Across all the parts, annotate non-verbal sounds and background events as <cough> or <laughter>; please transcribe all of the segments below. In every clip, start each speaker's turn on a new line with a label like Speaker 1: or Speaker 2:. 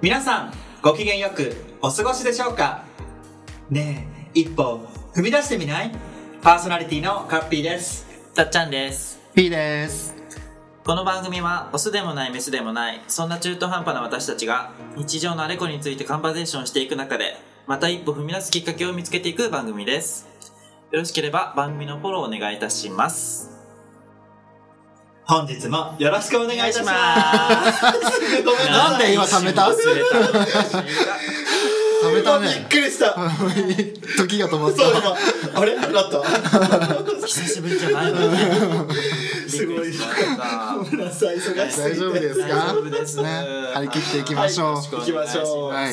Speaker 1: 皆さん、ご機嫌よくお過ごしでしょうかねえ、一歩踏み出してみないパーソナリティのカッピーです。
Speaker 2: たっちゃんです。
Speaker 3: P です。
Speaker 2: この番組は、オスでもない、メスでもない、そんな中途半端な私たちが、日常のあれこれについてカンバゼーションしていく中で、また一歩踏み出すきっかけを見つけていく番組です。よろしければ番組のフォローお願いいたします。
Speaker 1: 本日もよろしくお願いいたします。
Speaker 2: す。
Speaker 1: ごめんな
Speaker 3: な
Speaker 1: さ
Speaker 3: んで
Speaker 1: い。
Speaker 3: 今冷めた
Speaker 2: 忘れた
Speaker 3: 食べた
Speaker 1: 今びっ
Speaker 3: ね。
Speaker 1: くりした。そう、
Speaker 3: 時が止まっ
Speaker 1: 今。あれなった。
Speaker 2: 久しぶりじゃないのね。
Speaker 1: すごい
Speaker 2: びっくりした
Speaker 1: ごめんなさい、忙しすぎて
Speaker 3: 大丈夫ですか
Speaker 2: 大丈夫です。
Speaker 3: ね張り切っていきましょう
Speaker 2: はいよろくお願いし
Speaker 3: はい
Speaker 2: ま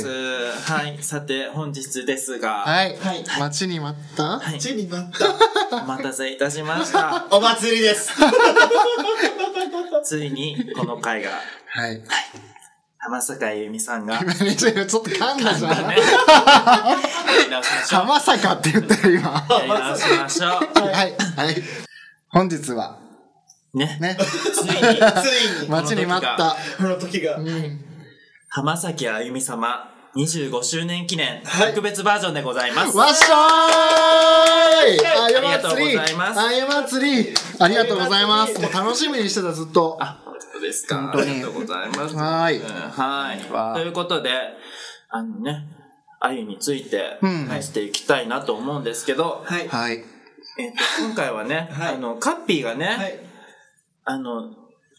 Speaker 2: すはい、さて、本日ですが、
Speaker 3: た。はい
Speaker 1: はい。
Speaker 3: 待ちに待った
Speaker 2: はい
Speaker 1: ちに待った。
Speaker 2: お待たせいたしま <laughs> した。
Speaker 1: お祭りです。
Speaker 2: ついに、この回が、
Speaker 3: はい。
Speaker 2: 浜坂由美さんが、
Speaker 3: 今ねちょっと噛んだじゃん。
Speaker 2: やり直しましょ
Speaker 3: 浜坂って言ってる今。
Speaker 2: う。やり直しましょ
Speaker 3: はい。はい。本日は、
Speaker 2: う。ね。
Speaker 3: ね、
Speaker 2: ついに、
Speaker 1: ついに、
Speaker 3: 待ちに待った。
Speaker 1: この時が。
Speaker 2: 浜崎あゆみ様、25周年記念、
Speaker 1: はい
Speaker 2: 特別バージョンでございます。
Speaker 3: わっしょーいあや
Speaker 2: あり
Speaker 3: ま
Speaker 2: がとう
Speaker 3: つ
Speaker 2: ござ
Speaker 3: り
Speaker 2: います
Speaker 3: あやまつりありがとうございます。もう楽しみにしてた、ずっと。
Speaker 2: あ、そうですか。
Speaker 3: 本当に
Speaker 2: ありがとうございます。
Speaker 3: はーい
Speaker 2: うんは
Speaker 3: わ
Speaker 2: い。
Speaker 3: あ
Speaker 2: ということで、あのね、あゆについて
Speaker 3: うん
Speaker 2: 話していきたいなと思うんですけど、
Speaker 1: はい。は
Speaker 3: はい。
Speaker 2: えっと、今回はね、
Speaker 1: はい
Speaker 2: あの、カッピーがね、
Speaker 1: い。
Speaker 2: あの、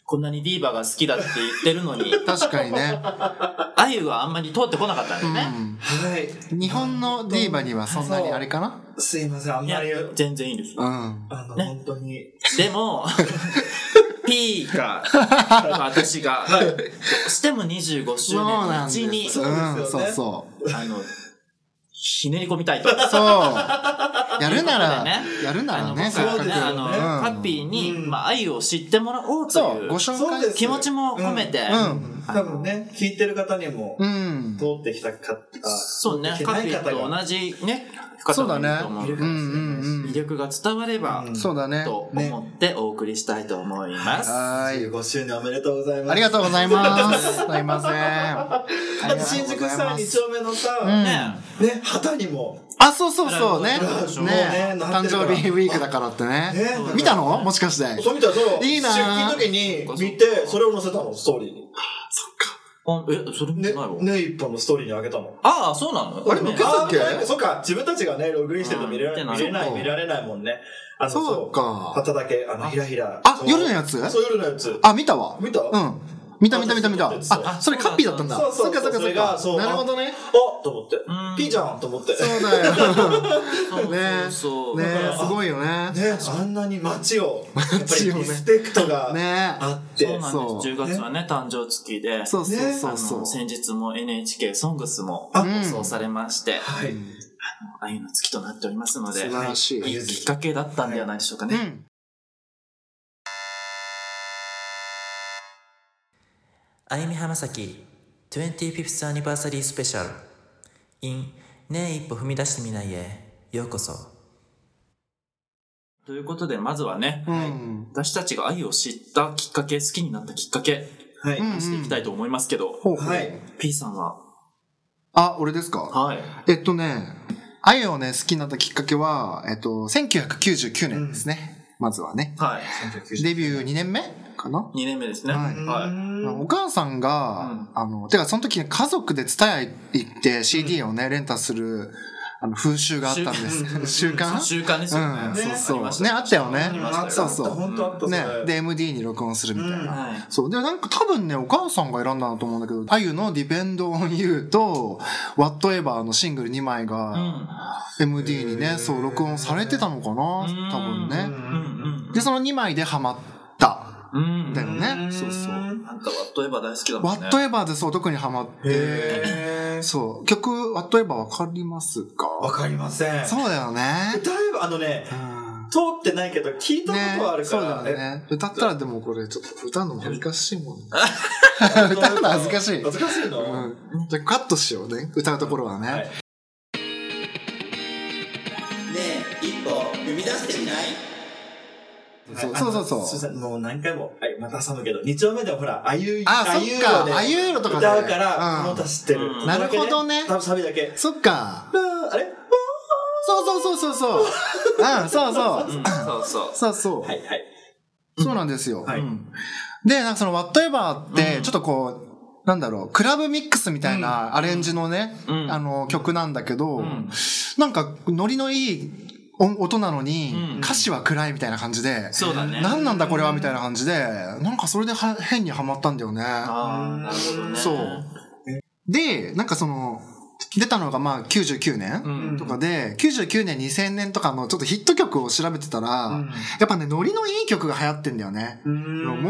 Speaker 2: こんなにディーバが好きだって言ってるのに、
Speaker 3: 確かにね。
Speaker 2: あゆはあんまり通ってこなかったんだよね。
Speaker 1: はい。
Speaker 3: 日本のディーバにはそんなにあれかな
Speaker 1: すいません、あん
Speaker 2: い
Speaker 1: ま
Speaker 2: や
Speaker 1: り、、
Speaker 2: 全然いいんですよ。
Speaker 3: うん。
Speaker 1: あの、
Speaker 2: ね
Speaker 1: 本当に。
Speaker 2: でも、P
Speaker 1: <laughs>
Speaker 2: が、私が、どうしても25周
Speaker 3: そう
Speaker 2: 年
Speaker 3: な
Speaker 2: の
Speaker 3: ん
Speaker 2: う
Speaker 3: で
Speaker 2: ちに
Speaker 3: す。、
Speaker 1: のうちに
Speaker 3: う
Speaker 1: そう
Speaker 3: ん、
Speaker 1: ですよ
Speaker 3: そ
Speaker 1: ね
Speaker 3: うそう。
Speaker 2: あの、ひねり込みたいと。
Speaker 3: そう。や
Speaker 2: とい
Speaker 3: るな
Speaker 2: うこと
Speaker 3: ら、
Speaker 2: でね
Speaker 3: やるな
Speaker 2: あの、
Speaker 3: ら
Speaker 2: 僕
Speaker 3: ね、せっ
Speaker 2: ら
Speaker 3: か
Speaker 2: は
Speaker 3: く。
Speaker 2: ね、あの、
Speaker 1: うん
Speaker 2: ハッピーに、
Speaker 1: うん
Speaker 2: まあ、愛を知ってもらおうと
Speaker 3: そう、
Speaker 2: い
Speaker 3: ご
Speaker 2: う
Speaker 3: 紹
Speaker 1: そう
Speaker 3: 介。
Speaker 1: です。
Speaker 2: 気持ちも込めて、
Speaker 3: うん
Speaker 1: 多分ね、聞いてる方にも
Speaker 3: う、ん。
Speaker 1: 通ってきた方、
Speaker 2: そうね
Speaker 1: 通、って
Speaker 2: カ
Speaker 1: な
Speaker 2: ッ
Speaker 1: い
Speaker 2: ピー
Speaker 1: 方
Speaker 2: と
Speaker 1: が
Speaker 2: 同じね、方
Speaker 3: そう
Speaker 2: も
Speaker 3: だ
Speaker 2: い
Speaker 3: ね
Speaker 2: ると思う
Speaker 1: いる
Speaker 3: う
Speaker 1: か
Speaker 3: ん
Speaker 1: もしれないし
Speaker 3: うんうん
Speaker 2: 魅力が伝われば、
Speaker 1: うん
Speaker 3: そうだね。
Speaker 2: と思ってお送りしたいと思います。
Speaker 3: はーい。
Speaker 1: 25周年おめでとうございます。
Speaker 3: ありがとうございます。すいません。あ
Speaker 1: あと新宿さ、2丁目のさ、
Speaker 3: うん
Speaker 2: ね
Speaker 1: ね、旗にも、
Speaker 3: あ、そうそうそう、ね。ね
Speaker 2: ブラウン
Speaker 1: ドブラウン
Speaker 3: 誕
Speaker 1: ド
Speaker 3: 生日ウィークだからってね。
Speaker 1: ね、
Speaker 3: 見たのもしかして。
Speaker 1: そう見たそう。
Speaker 3: いいな
Speaker 1: 出
Speaker 3: ー
Speaker 1: 勤の時に見て、それを載せたの、ストーリーに。
Speaker 2: あえ、それ見て
Speaker 1: ね
Speaker 2: ないわ。、
Speaker 1: ね、一本のストーリーにあげたの。
Speaker 2: ああ、そうなの
Speaker 3: あれ昔
Speaker 1: あー
Speaker 3: 嘘っ
Speaker 1: 見
Speaker 3: け
Speaker 1: てないかそっか、自分たちがね、ログインしてると見れ
Speaker 2: うん見て
Speaker 1: な、
Speaker 2: ないい
Speaker 1: 見れない、
Speaker 3: そうか
Speaker 1: 見られないもんね。あの、
Speaker 3: そうか
Speaker 1: 旗だけ、あの、ひらひら。
Speaker 3: あ
Speaker 1: そ、う
Speaker 3: 夜のやつ
Speaker 1: そう、夜のやつ。
Speaker 3: あ、見たわ。
Speaker 1: 見た
Speaker 3: う
Speaker 1: あ、
Speaker 3: ん。見た見た見た見た。あ、それカッピーだったんだ。
Speaker 1: そうそう
Speaker 3: っかそっか
Speaker 1: そ
Speaker 3: そ
Speaker 1: れ
Speaker 3: っ
Speaker 1: が
Speaker 3: か
Speaker 1: そう。
Speaker 3: なるほどね。
Speaker 1: と思って
Speaker 2: ん。
Speaker 1: ピーじゃんと思って。
Speaker 3: そう
Speaker 1: <laughs>
Speaker 3: だよ。
Speaker 2: そう
Speaker 3: ね
Speaker 2: そう。
Speaker 3: ね
Speaker 2: だから
Speaker 3: すごいよね。
Speaker 1: ね、あんなに街を、やっぱりリ
Speaker 3: 街をね
Speaker 1: スペクトが
Speaker 3: ね
Speaker 1: あっ
Speaker 2: そう
Speaker 1: て。
Speaker 2: なん
Speaker 3: そう
Speaker 2: です。10月はね、誕生月で、
Speaker 3: そうそう
Speaker 2: あ
Speaker 3: そ
Speaker 2: の
Speaker 3: うそう。
Speaker 2: 先日も NHK ソングスも
Speaker 1: あ
Speaker 2: 放送されまして、
Speaker 1: はい。
Speaker 2: あゆの月となっておりますので、
Speaker 3: 素晴らし
Speaker 2: い
Speaker 3: い。
Speaker 2: いきっかけだったんではないでしょうか
Speaker 3: う
Speaker 2: ね。
Speaker 3: ん。
Speaker 4: あゆみ浜崎 25th Anniversary Special in ねえ一歩踏み出してみないへようこそ
Speaker 2: ということで、まずはね、
Speaker 3: うん。
Speaker 2: 私たちが愛を知ったきっかけ、好きになったきっかけ、
Speaker 1: はい。
Speaker 3: うん
Speaker 2: していきたいと思いますけど、
Speaker 3: ほうほう
Speaker 1: はい。
Speaker 2: P さんは、
Speaker 3: あ、俺ですか
Speaker 2: はい。
Speaker 3: えっとね、あゆをね、好きになったきっかけは、えっと、1999年ですね。まずはね。
Speaker 2: はい。
Speaker 3: デビュー2年目かな
Speaker 2: 2年目ですね。
Speaker 3: は
Speaker 2: はいい。
Speaker 3: お母さんが、あの、てかその時に家族で伝え行って CD をね、レンタする、あの、風習があったんです。習慣
Speaker 2: 習慣ですよね。
Speaker 3: うん
Speaker 1: そう
Speaker 3: そう
Speaker 2: ありました
Speaker 3: ねあったよね
Speaker 2: ありましたよ
Speaker 3: そうそう
Speaker 1: 本当あった
Speaker 3: ね
Speaker 1: それ。
Speaker 3: で、MD に録音するみたいな。
Speaker 2: はい。
Speaker 3: そう。で、なんか多分ね、お母さんが選んだなと思うんだけど、あゆの Depend on You と、Whatever のシングル2枚
Speaker 2: う
Speaker 3: が、
Speaker 2: ん。
Speaker 3: MD にね、そう、録音されてたのかな多分
Speaker 2: う
Speaker 3: ね。
Speaker 2: うん
Speaker 3: で、その2枚でハマった。
Speaker 2: うん。うん。
Speaker 3: だよね。そうそう。
Speaker 2: あんた、ワットエバー大好きだもんね。
Speaker 3: Whatever でそう、特にハマって。
Speaker 1: へー
Speaker 3: そう。曲、Whatever わかります
Speaker 1: わ
Speaker 3: か
Speaker 1: かりません。
Speaker 3: そうだよね。
Speaker 1: だいぶ、あのね、
Speaker 3: うん
Speaker 1: 通ってないけど、聞いたことはあ
Speaker 3: ね、
Speaker 1: るか
Speaker 3: そう
Speaker 1: ら。
Speaker 3: だよね。歌ったらでもこれ、ちょっと歌うのも恥ずかしいも
Speaker 1: <laughs>
Speaker 3: んね。
Speaker 1: え。
Speaker 3: 歌うの恥ずかしい。
Speaker 1: 恥ずかしいの、
Speaker 3: うん。じゃあカットしようね。歌うところはね。
Speaker 1: はい
Speaker 5: ねえ一歩踏み出してみない
Speaker 3: そうそうそうそう
Speaker 6: そう。もう何回も、はい、また挟むけど、二丁目でもほら、あゆい、
Speaker 3: あそっか
Speaker 6: ゆいろで
Speaker 3: あゆいろとかね
Speaker 6: 歌うから、
Speaker 3: うん
Speaker 6: この歌知ってる
Speaker 2: う。ん
Speaker 6: なる
Speaker 3: なるほどね
Speaker 6: 多分サビだけ。
Speaker 3: そっか。
Speaker 6: あれ
Speaker 3: そうそうそうそう
Speaker 2: <laughs>
Speaker 3: そう。うん、そうそう。
Speaker 2: うん、そうそう。
Speaker 3: そうそう、
Speaker 6: はいはい。
Speaker 3: そうなんですよ。
Speaker 6: はい
Speaker 3: うんで、なんかその Whatever って、ちょっとこう、なんだろう、クラブミックスみたいなアレンジのね、
Speaker 2: うん
Speaker 3: あの、曲なんだけど、
Speaker 2: ん
Speaker 3: なんかノリのいい音音なのに、
Speaker 2: うん
Speaker 3: 歌詞は暗いみたいな感じで、
Speaker 2: そうだね。
Speaker 3: なんなんだこれはみたいな感じで、なんかそれでは変にはまったんだよね。
Speaker 2: ああ、なるほどね。
Speaker 3: そう。で、なんかその、出たのがまあ99年、
Speaker 2: うん。
Speaker 3: とかで、99年、2000年とかのちょっとヒット曲を調べてたら、
Speaker 6: ん
Speaker 3: やっぱね、ノリのいい曲が流行ってんだよね。モ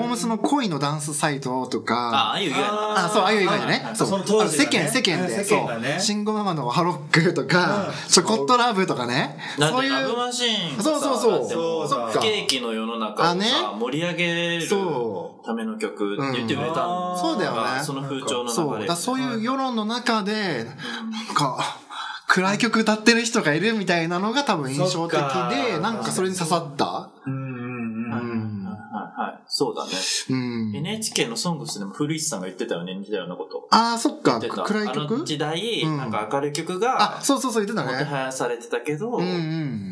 Speaker 3: ームスの恋のダンスサイトと
Speaker 2: あ、
Speaker 3: か、
Speaker 2: あゆゆ
Speaker 6: あ
Speaker 2: や
Speaker 3: あそう、あゆ以外で
Speaker 6: はいは
Speaker 3: ね。
Speaker 6: い
Speaker 3: そう。
Speaker 6: その当時がね
Speaker 3: あの世間、世間
Speaker 6: う
Speaker 3: で。
Speaker 6: ん世間がね
Speaker 3: そう。シンゴママのハロックとか、
Speaker 6: うん
Speaker 3: チョコットラブとかね。
Speaker 2: な。
Speaker 3: そう
Speaker 2: だってラ
Speaker 3: いう
Speaker 2: ブ。マシーン。
Speaker 3: そうそうそう
Speaker 2: だっても
Speaker 6: そうだ
Speaker 2: 不景気の世の中
Speaker 3: あ
Speaker 2: を
Speaker 3: ね
Speaker 2: さ、盛り上げる
Speaker 3: そ
Speaker 2: ための曲って言って売れたん
Speaker 6: うん
Speaker 3: そうだよね
Speaker 2: その風潮の
Speaker 3: そう。
Speaker 2: 流
Speaker 3: だ
Speaker 2: れ
Speaker 3: からそういう世論の中で、なんか、暗い曲歌ってる人がいるみたいなのが多分印象的
Speaker 6: そっか
Speaker 3: で、なんかそれに刺さった。
Speaker 6: うんうんうん。
Speaker 3: うん。
Speaker 2: はいはい。そうだね。
Speaker 3: うん。
Speaker 2: NHK の「ソングスでも古市さんが言ってたよね、似たようなこと。
Speaker 3: ああ、そっ
Speaker 2: 言
Speaker 3: か。
Speaker 2: ってた
Speaker 3: 暗い
Speaker 2: あの
Speaker 3: 曲
Speaker 2: 時代、
Speaker 3: うん
Speaker 2: なんか明るい曲
Speaker 3: あ
Speaker 2: が、、
Speaker 3: そうそうそう言って
Speaker 2: も
Speaker 3: た
Speaker 2: ては
Speaker 3: ね。
Speaker 2: やされてたけど、
Speaker 3: うんう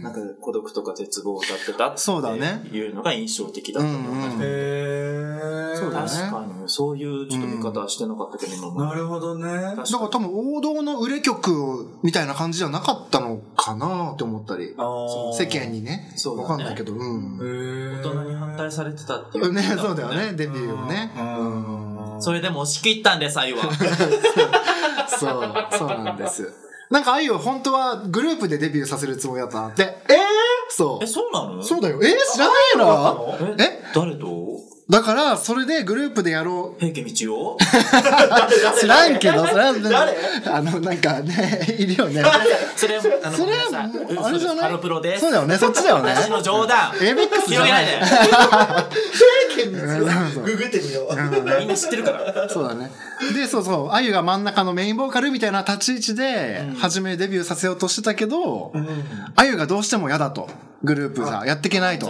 Speaker 2: なん
Speaker 3: ん。
Speaker 2: か孤独とか絶望を歌ってたって
Speaker 3: そうだね
Speaker 2: いうのが印象的だったの
Speaker 3: うんうん
Speaker 6: へ
Speaker 3: そうだね
Speaker 2: 確かにそういうちょっと見方はしてなかったけど、今ま
Speaker 6: な
Speaker 2: で
Speaker 6: るほどね。
Speaker 2: 確
Speaker 3: だから多分王道の売れ曲みたいな感じじゃなかったのかなって思ったり。世間にね。
Speaker 2: そうだ
Speaker 3: わ
Speaker 2: ね
Speaker 3: かんないけど。うん。ね、
Speaker 6: 大
Speaker 2: 大人に反対されてたっていう、
Speaker 3: そうだよね。デビューをね。うん。
Speaker 2: それでも押し切ったんでさゆは
Speaker 3: そう、そうなんです。なんかあゆは本当はグループでデビューさせるつもりだったって。 <laughs> えー、そ
Speaker 2: え
Speaker 3: う。
Speaker 2: そうなの
Speaker 3: そうだよ。えー、知らないの
Speaker 2: え
Speaker 3: え
Speaker 2: 誰と
Speaker 3: だから、それでグループでやろう。
Speaker 2: 平家道
Speaker 3: <laughs>
Speaker 2: 夫
Speaker 3: 知らんけど、それは、
Speaker 6: 誰
Speaker 3: あの、なんかね、いるよね。
Speaker 2: それあの
Speaker 3: それ
Speaker 2: ごめんなさい
Speaker 3: あれじゃない
Speaker 2: ハロプロです
Speaker 3: そうだよね、そっちだよね。
Speaker 2: 私の冗談
Speaker 3: ABEX じゃ
Speaker 2: 広げ
Speaker 3: な
Speaker 2: ないいで
Speaker 6: ググってみよう。
Speaker 3: <laughs>
Speaker 2: みんな知ってるから
Speaker 3: そうだね。で、そうそう、あゆが真ん中のメインボーカルみたいな立ち位置で、初めデビューさせようとしてたけど、あゆがどうしても嫌だと。グループがやっていけないと。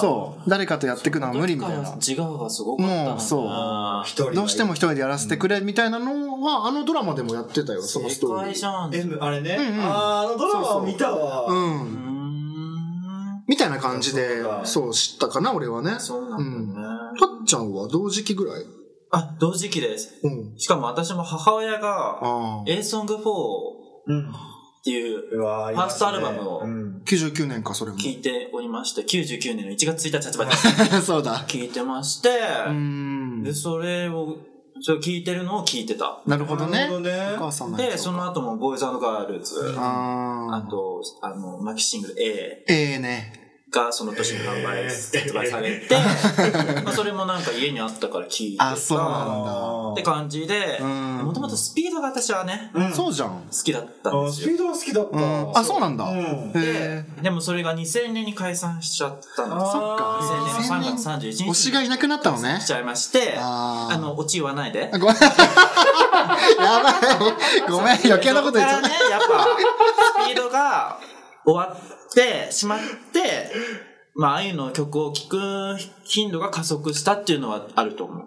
Speaker 3: そう。誰かとやっていくのは無理みたいな。
Speaker 2: 自我がすごかった
Speaker 3: もうそう
Speaker 2: あー
Speaker 6: 一人はいい
Speaker 3: どうしても一人でやらせてくれみたいなのは、あのドラマでもやってたよ、そのスト
Speaker 2: 正
Speaker 3: ーリ
Speaker 2: 解じ
Speaker 3: ー。
Speaker 2: ゃん
Speaker 6: M、あれね。
Speaker 3: うんうん
Speaker 6: あーあのドラマを見たわ。
Speaker 3: う。
Speaker 2: うんーん
Speaker 3: みたいな感じで
Speaker 6: そうか、
Speaker 3: そう、知ったかな、俺はね。
Speaker 2: そうなんだね、
Speaker 3: たっちゃんは同時期ぐらい
Speaker 2: あ同時期です
Speaker 3: うん。
Speaker 2: しかも私も母親が
Speaker 3: ああ。
Speaker 2: A ソング4っ
Speaker 6: うん。
Speaker 2: ていう
Speaker 6: うわありますね
Speaker 2: ファーストアルバムを
Speaker 6: うん
Speaker 3: 99年か、それ
Speaker 2: <laughs>
Speaker 3: も。
Speaker 2: 聞いておりまして99年の1月1日発売
Speaker 3: そうだ。
Speaker 2: 聞いてまして
Speaker 3: うーん
Speaker 2: で。それをそれを聞いてるのを聞いてた
Speaker 3: なるほど
Speaker 6: な
Speaker 3: ね
Speaker 6: る。ほどね
Speaker 3: お母さんのや
Speaker 2: で
Speaker 3: つ
Speaker 2: その後もボーイズガールズあ
Speaker 3: あー。
Speaker 2: とあのマキシングル A
Speaker 3: ええね。
Speaker 2: がその年に販売発売されてまあそれもなんか家にあったから聞いてた
Speaker 3: あそうなんだ
Speaker 6: あー
Speaker 2: って感じで
Speaker 3: うん
Speaker 2: もともとスピードが私はね
Speaker 6: うん
Speaker 3: そうじゃん。
Speaker 2: 好きだったん
Speaker 6: あ
Speaker 2: で
Speaker 6: ー
Speaker 2: す
Speaker 6: ス
Speaker 2: よ
Speaker 6: ピードが好きだっ
Speaker 3: うん
Speaker 6: た。
Speaker 3: あ、そうなんだ。
Speaker 6: うん
Speaker 2: で
Speaker 3: へえ。、
Speaker 2: でもそれが2000年に解散しちゃったんですよ。
Speaker 3: そっか
Speaker 6: あー
Speaker 2: 2000年の3月31日に
Speaker 3: 推しがいなくなったの
Speaker 2: <laughs>
Speaker 3: ね
Speaker 2: し。ちゃいまして、
Speaker 3: あ
Speaker 2: あ
Speaker 3: ー
Speaker 2: の、オチ言わないで。
Speaker 3: ごめん。やばい。ごめん。 <laughs> 余計なこと言っち
Speaker 2: <laughs>
Speaker 3: ゃ
Speaker 2: そこから
Speaker 3: っ
Speaker 2: ね、やっぱ、スピードが終わってしまって、まあ、あゆの曲を聴く頻度が加速したっていうのはあると思う。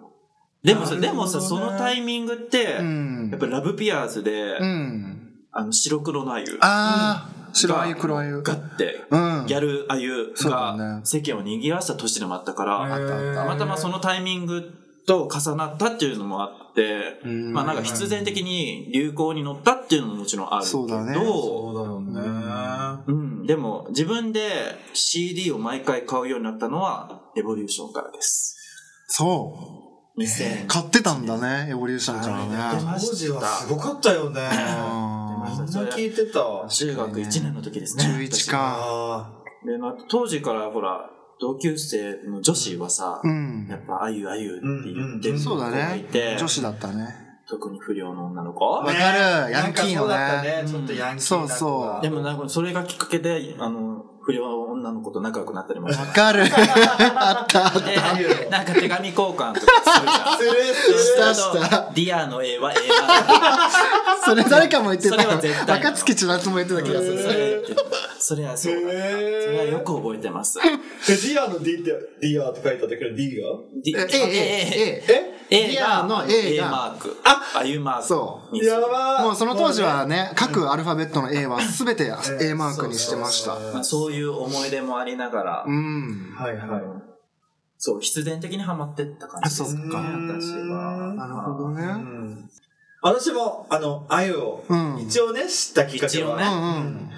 Speaker 2: でもさ、
Speaker 6: なる
Speaker 2: で
Speaker 6: ほどね
Speaker 2: もさ、そのタイミングって、
Speaker 3: た。うん
Speaker 2: やっ。ぱラブピアーズで、
Speaker 3: うん。
Speaker 2: あの、白黒のあゆ。
Speaker 3: ああ、白あゆ黒あゆ。
Speaker 2: がって、
Speaker 3: うん。
Speaker 2: ギャルあゆ
Speaker 3: そうだ
Speaker 2: が
Speaker 3: ね
Speaker 2: 世間を賑わした年でもあったから、
Speaker 6: あったあった
Speaker 2: たまたまそのタイミングと重なったっていうのもあって、
Speaker 3: うん
Speaker 2: まあなんか必然的に流行に乗ったっていうのももちろんあるけど、
Speaker 3: そうだね
Speaker 6: そうだよね。
Speaker 2: うん、でも自分で CD を毎回買うようになったのはエボリューションからです。
Speaker 3: そ
Speaker 2: 2000
Speaker 3: う。買ってたんだね、エボリューションか
Speaker 2: はい
Speaker 3: らね。
Speaker 6: 当時はすごかったよね。
Speaker 3: あ
Speaker 6: みんな聞いてた。
Speaker 2: 中学1年の時です
Speaker 3: ー
Speaker 2: ね。
Speaker 3: 11か。
Speaker 6: あ
Speaker 2: 私で、まあ、当時からほら、同級生の女子はさ、
Speaker 3: うん
Speaker 2: や。っぱあゆあゆって言って
Speaker 6: うんうん
Speaker 2: る
Speaker 3: そ
Speaker 2: 子
Speaker 3: うだ
Speaker 2: がい
Speaker 3: ね
Speaker 2: て、。
Speaker 3: 女子だったね。
Speaker 2: 特に不良の女の子
Speaker 6: あ。
Speaker 3: わかるヤンキー
Speaker 6: なんかそ
Speaker 3: のね
Speaker 6: うだったね。ちょっとヤンキーだった。
Speaker 3: そうそう
Speaker 2: でもなんかそれがきっかけで、あの、不良の女の子と仲良くなったりもし
Speaker 3: わ
Speaker 2: <laughs>
Speaker 3: かる。 <laughs> あった。
Speaker 2: て、なんか手紙交換とかするじゃん。
Speaker 6: するする
Speaker 3: <laughs> したした。
Speaker 2: ディアの絵は絵なんだ
Speaker 3: それ誰かも言ってた
Speaker 2: それは絶対
Speaker 3: 若月千夏も言ってた気がす
Speaker 2: そ
Speaker 3: る。
Speaker 2: れってそれはそうだった。
Speaker 1: へー
Speaker 2: それはよく覚えてます。
Speaker 1: え、ディアの D って、ディアって書いただけど D が
Speaker 2: D-
Speaker 3: え、え、え、え、
Speaker 1: え
Speaker 2: え
Speaker 3: A がの A が
Speaker 2: マーク。ああゆマーク。
Speaker 3: そ
Speaker 2: に
Speaker 1: やばー
Speaker 3: もうその当時はね、各アルファベットの A はすべて A マークにしてました。
Speaker 2: まあ、そういう思い出もありながら、
Speaker 3: うん。
Speaker 1: はいはい。
Speaker 2: そう、必然的にはまってった感じですね、
Speaker 3: そっか
Speaker 2: 私は。
Speaker 3: なるほどね。
Speaker 1: うん私も、あの、あゆを
Speaker 3: うん、
Speaker 1: 一応ね、知ったきっかけ
Speaker 2: 一応
Speaker 1: は、
Speaker 2: ね
Speaker 3: うんうん。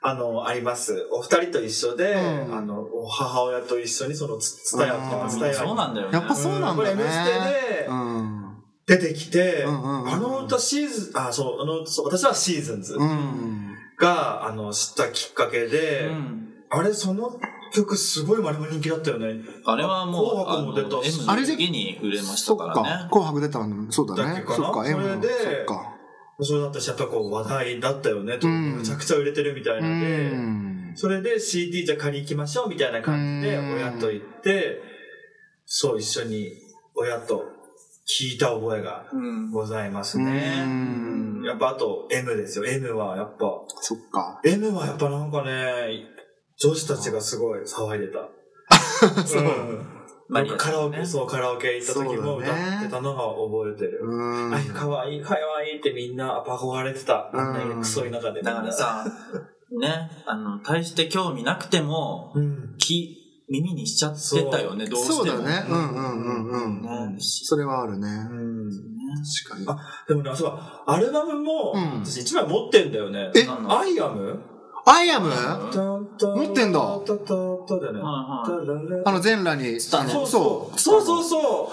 Speaker 1: あの、あります。お二人と一緒で、
Speaker 3: うん
Speaker 1: あの、お母親と一緒に、その、つつたや
Speaker 3: あ
Speaker 1: つ
Speaker 3: ー
Speaker 1: たや
Speaker 2: そうなんだよね。
Speaker 3: やっぱそうなんだ
Speaker 1: これ M ステ
Speaker 3: ね
Speaker 1: で。
Speaker 3: うん。
Speaker 1: 出てきて、
Speaker 3: うんうんうん
Speaker 1: あの歌シーズン、あ、そう、あの、そう私はシーズンズ
Speaker 3: うん。
Speaker 1: が、あの、知ったきっかけで、
Speaker 2: うん
Speaker 1: あれ、その曲すごい周りも人気だったよね。
Speaker 2: あれはもう、
Speaker 1: 紅白も出たし
Speaker 2: あの M の時に売れまし
Speaker 3: そ
Speaker 2: た
Speaker 3: っ
Speaker 2: か
Speaker 3: から
Speaker 2: ね。
Speaker 3: 紅白出たもんね。そうだ
Speaker 1: だっ
Speaker 3: ね
Speaker 1: け。かな
Speaker 3: そっか、
Speaker 1: それ
Speaker 3: M の。そ
Speaker 1: で
Speaker 3: っか。
Speaker 1: そうだったし、やっぱこう話題だったよね、と。
Speaker 3: うん
Speaker 1: めちゃくちゃ売れてるみたいうなので、
Speaker 3: ん。
Speaker 1: それで CD じゃ借り行きましょうみたいな感じで、
Speaker 3: うん
Speaker 1: 親と行って、そう、一緒に親と聞いた覚えが
Speaker 2: うん
Speaker 1: ございます
Speaker 3: う
Speaker 1: ね。
Speaker 3: ん
Speaker 1: やっぱあと M ですよ。M はやっぱ、
Speaker 3: そっか。
Speaker 1: M はやっぱなんかね、女子たちがすごい騒いでた。
Speaker 3: <laughs>
Speaker 1: そう。なんかカラオケ、そう、カラオケ行った時も
Speaker 3: そうだね
Speaker 1: 歌ってたのが覚えてる。
Speaker 3: うん
Speaker 1: あ。い、かわいい、かわいいってみんな憧れてた。
Speaker 3: うん
Speaker 1: あんなにクソい中で。
Speaker 2: だからさ、ね、あの、大して興味なくても、
Speaker 1: うん。
Speaker 2: き、耳にしちゃってたよね、どうしても。
Speaker 3: そうだね。うんうんうんうん。
Speaker 2: ねし
Speaker 3: それはあるね。
Speaker 1: うん。
Speaker 3: 確か
Speaker 1: あでもね、そう、アルバムも、
Speaker 3: うん
Speaker 1: 私一枚持ってんだよね。
Speaker 3: え
Speaker 1: アイアム
Speaker 3: に。アイアム持
Speaker 1: 持
Speaker 3: ってんだ
Speaker 1: タタタだよね。
Speaker 2: はい
Speaker 1: タラララ
Speaker 3: あの全裸に。
Speaker 2: タね
Speaker 3: あの
Speaker 1: そう
Speaker 3: そ。
Speaker 1: そううそうそう。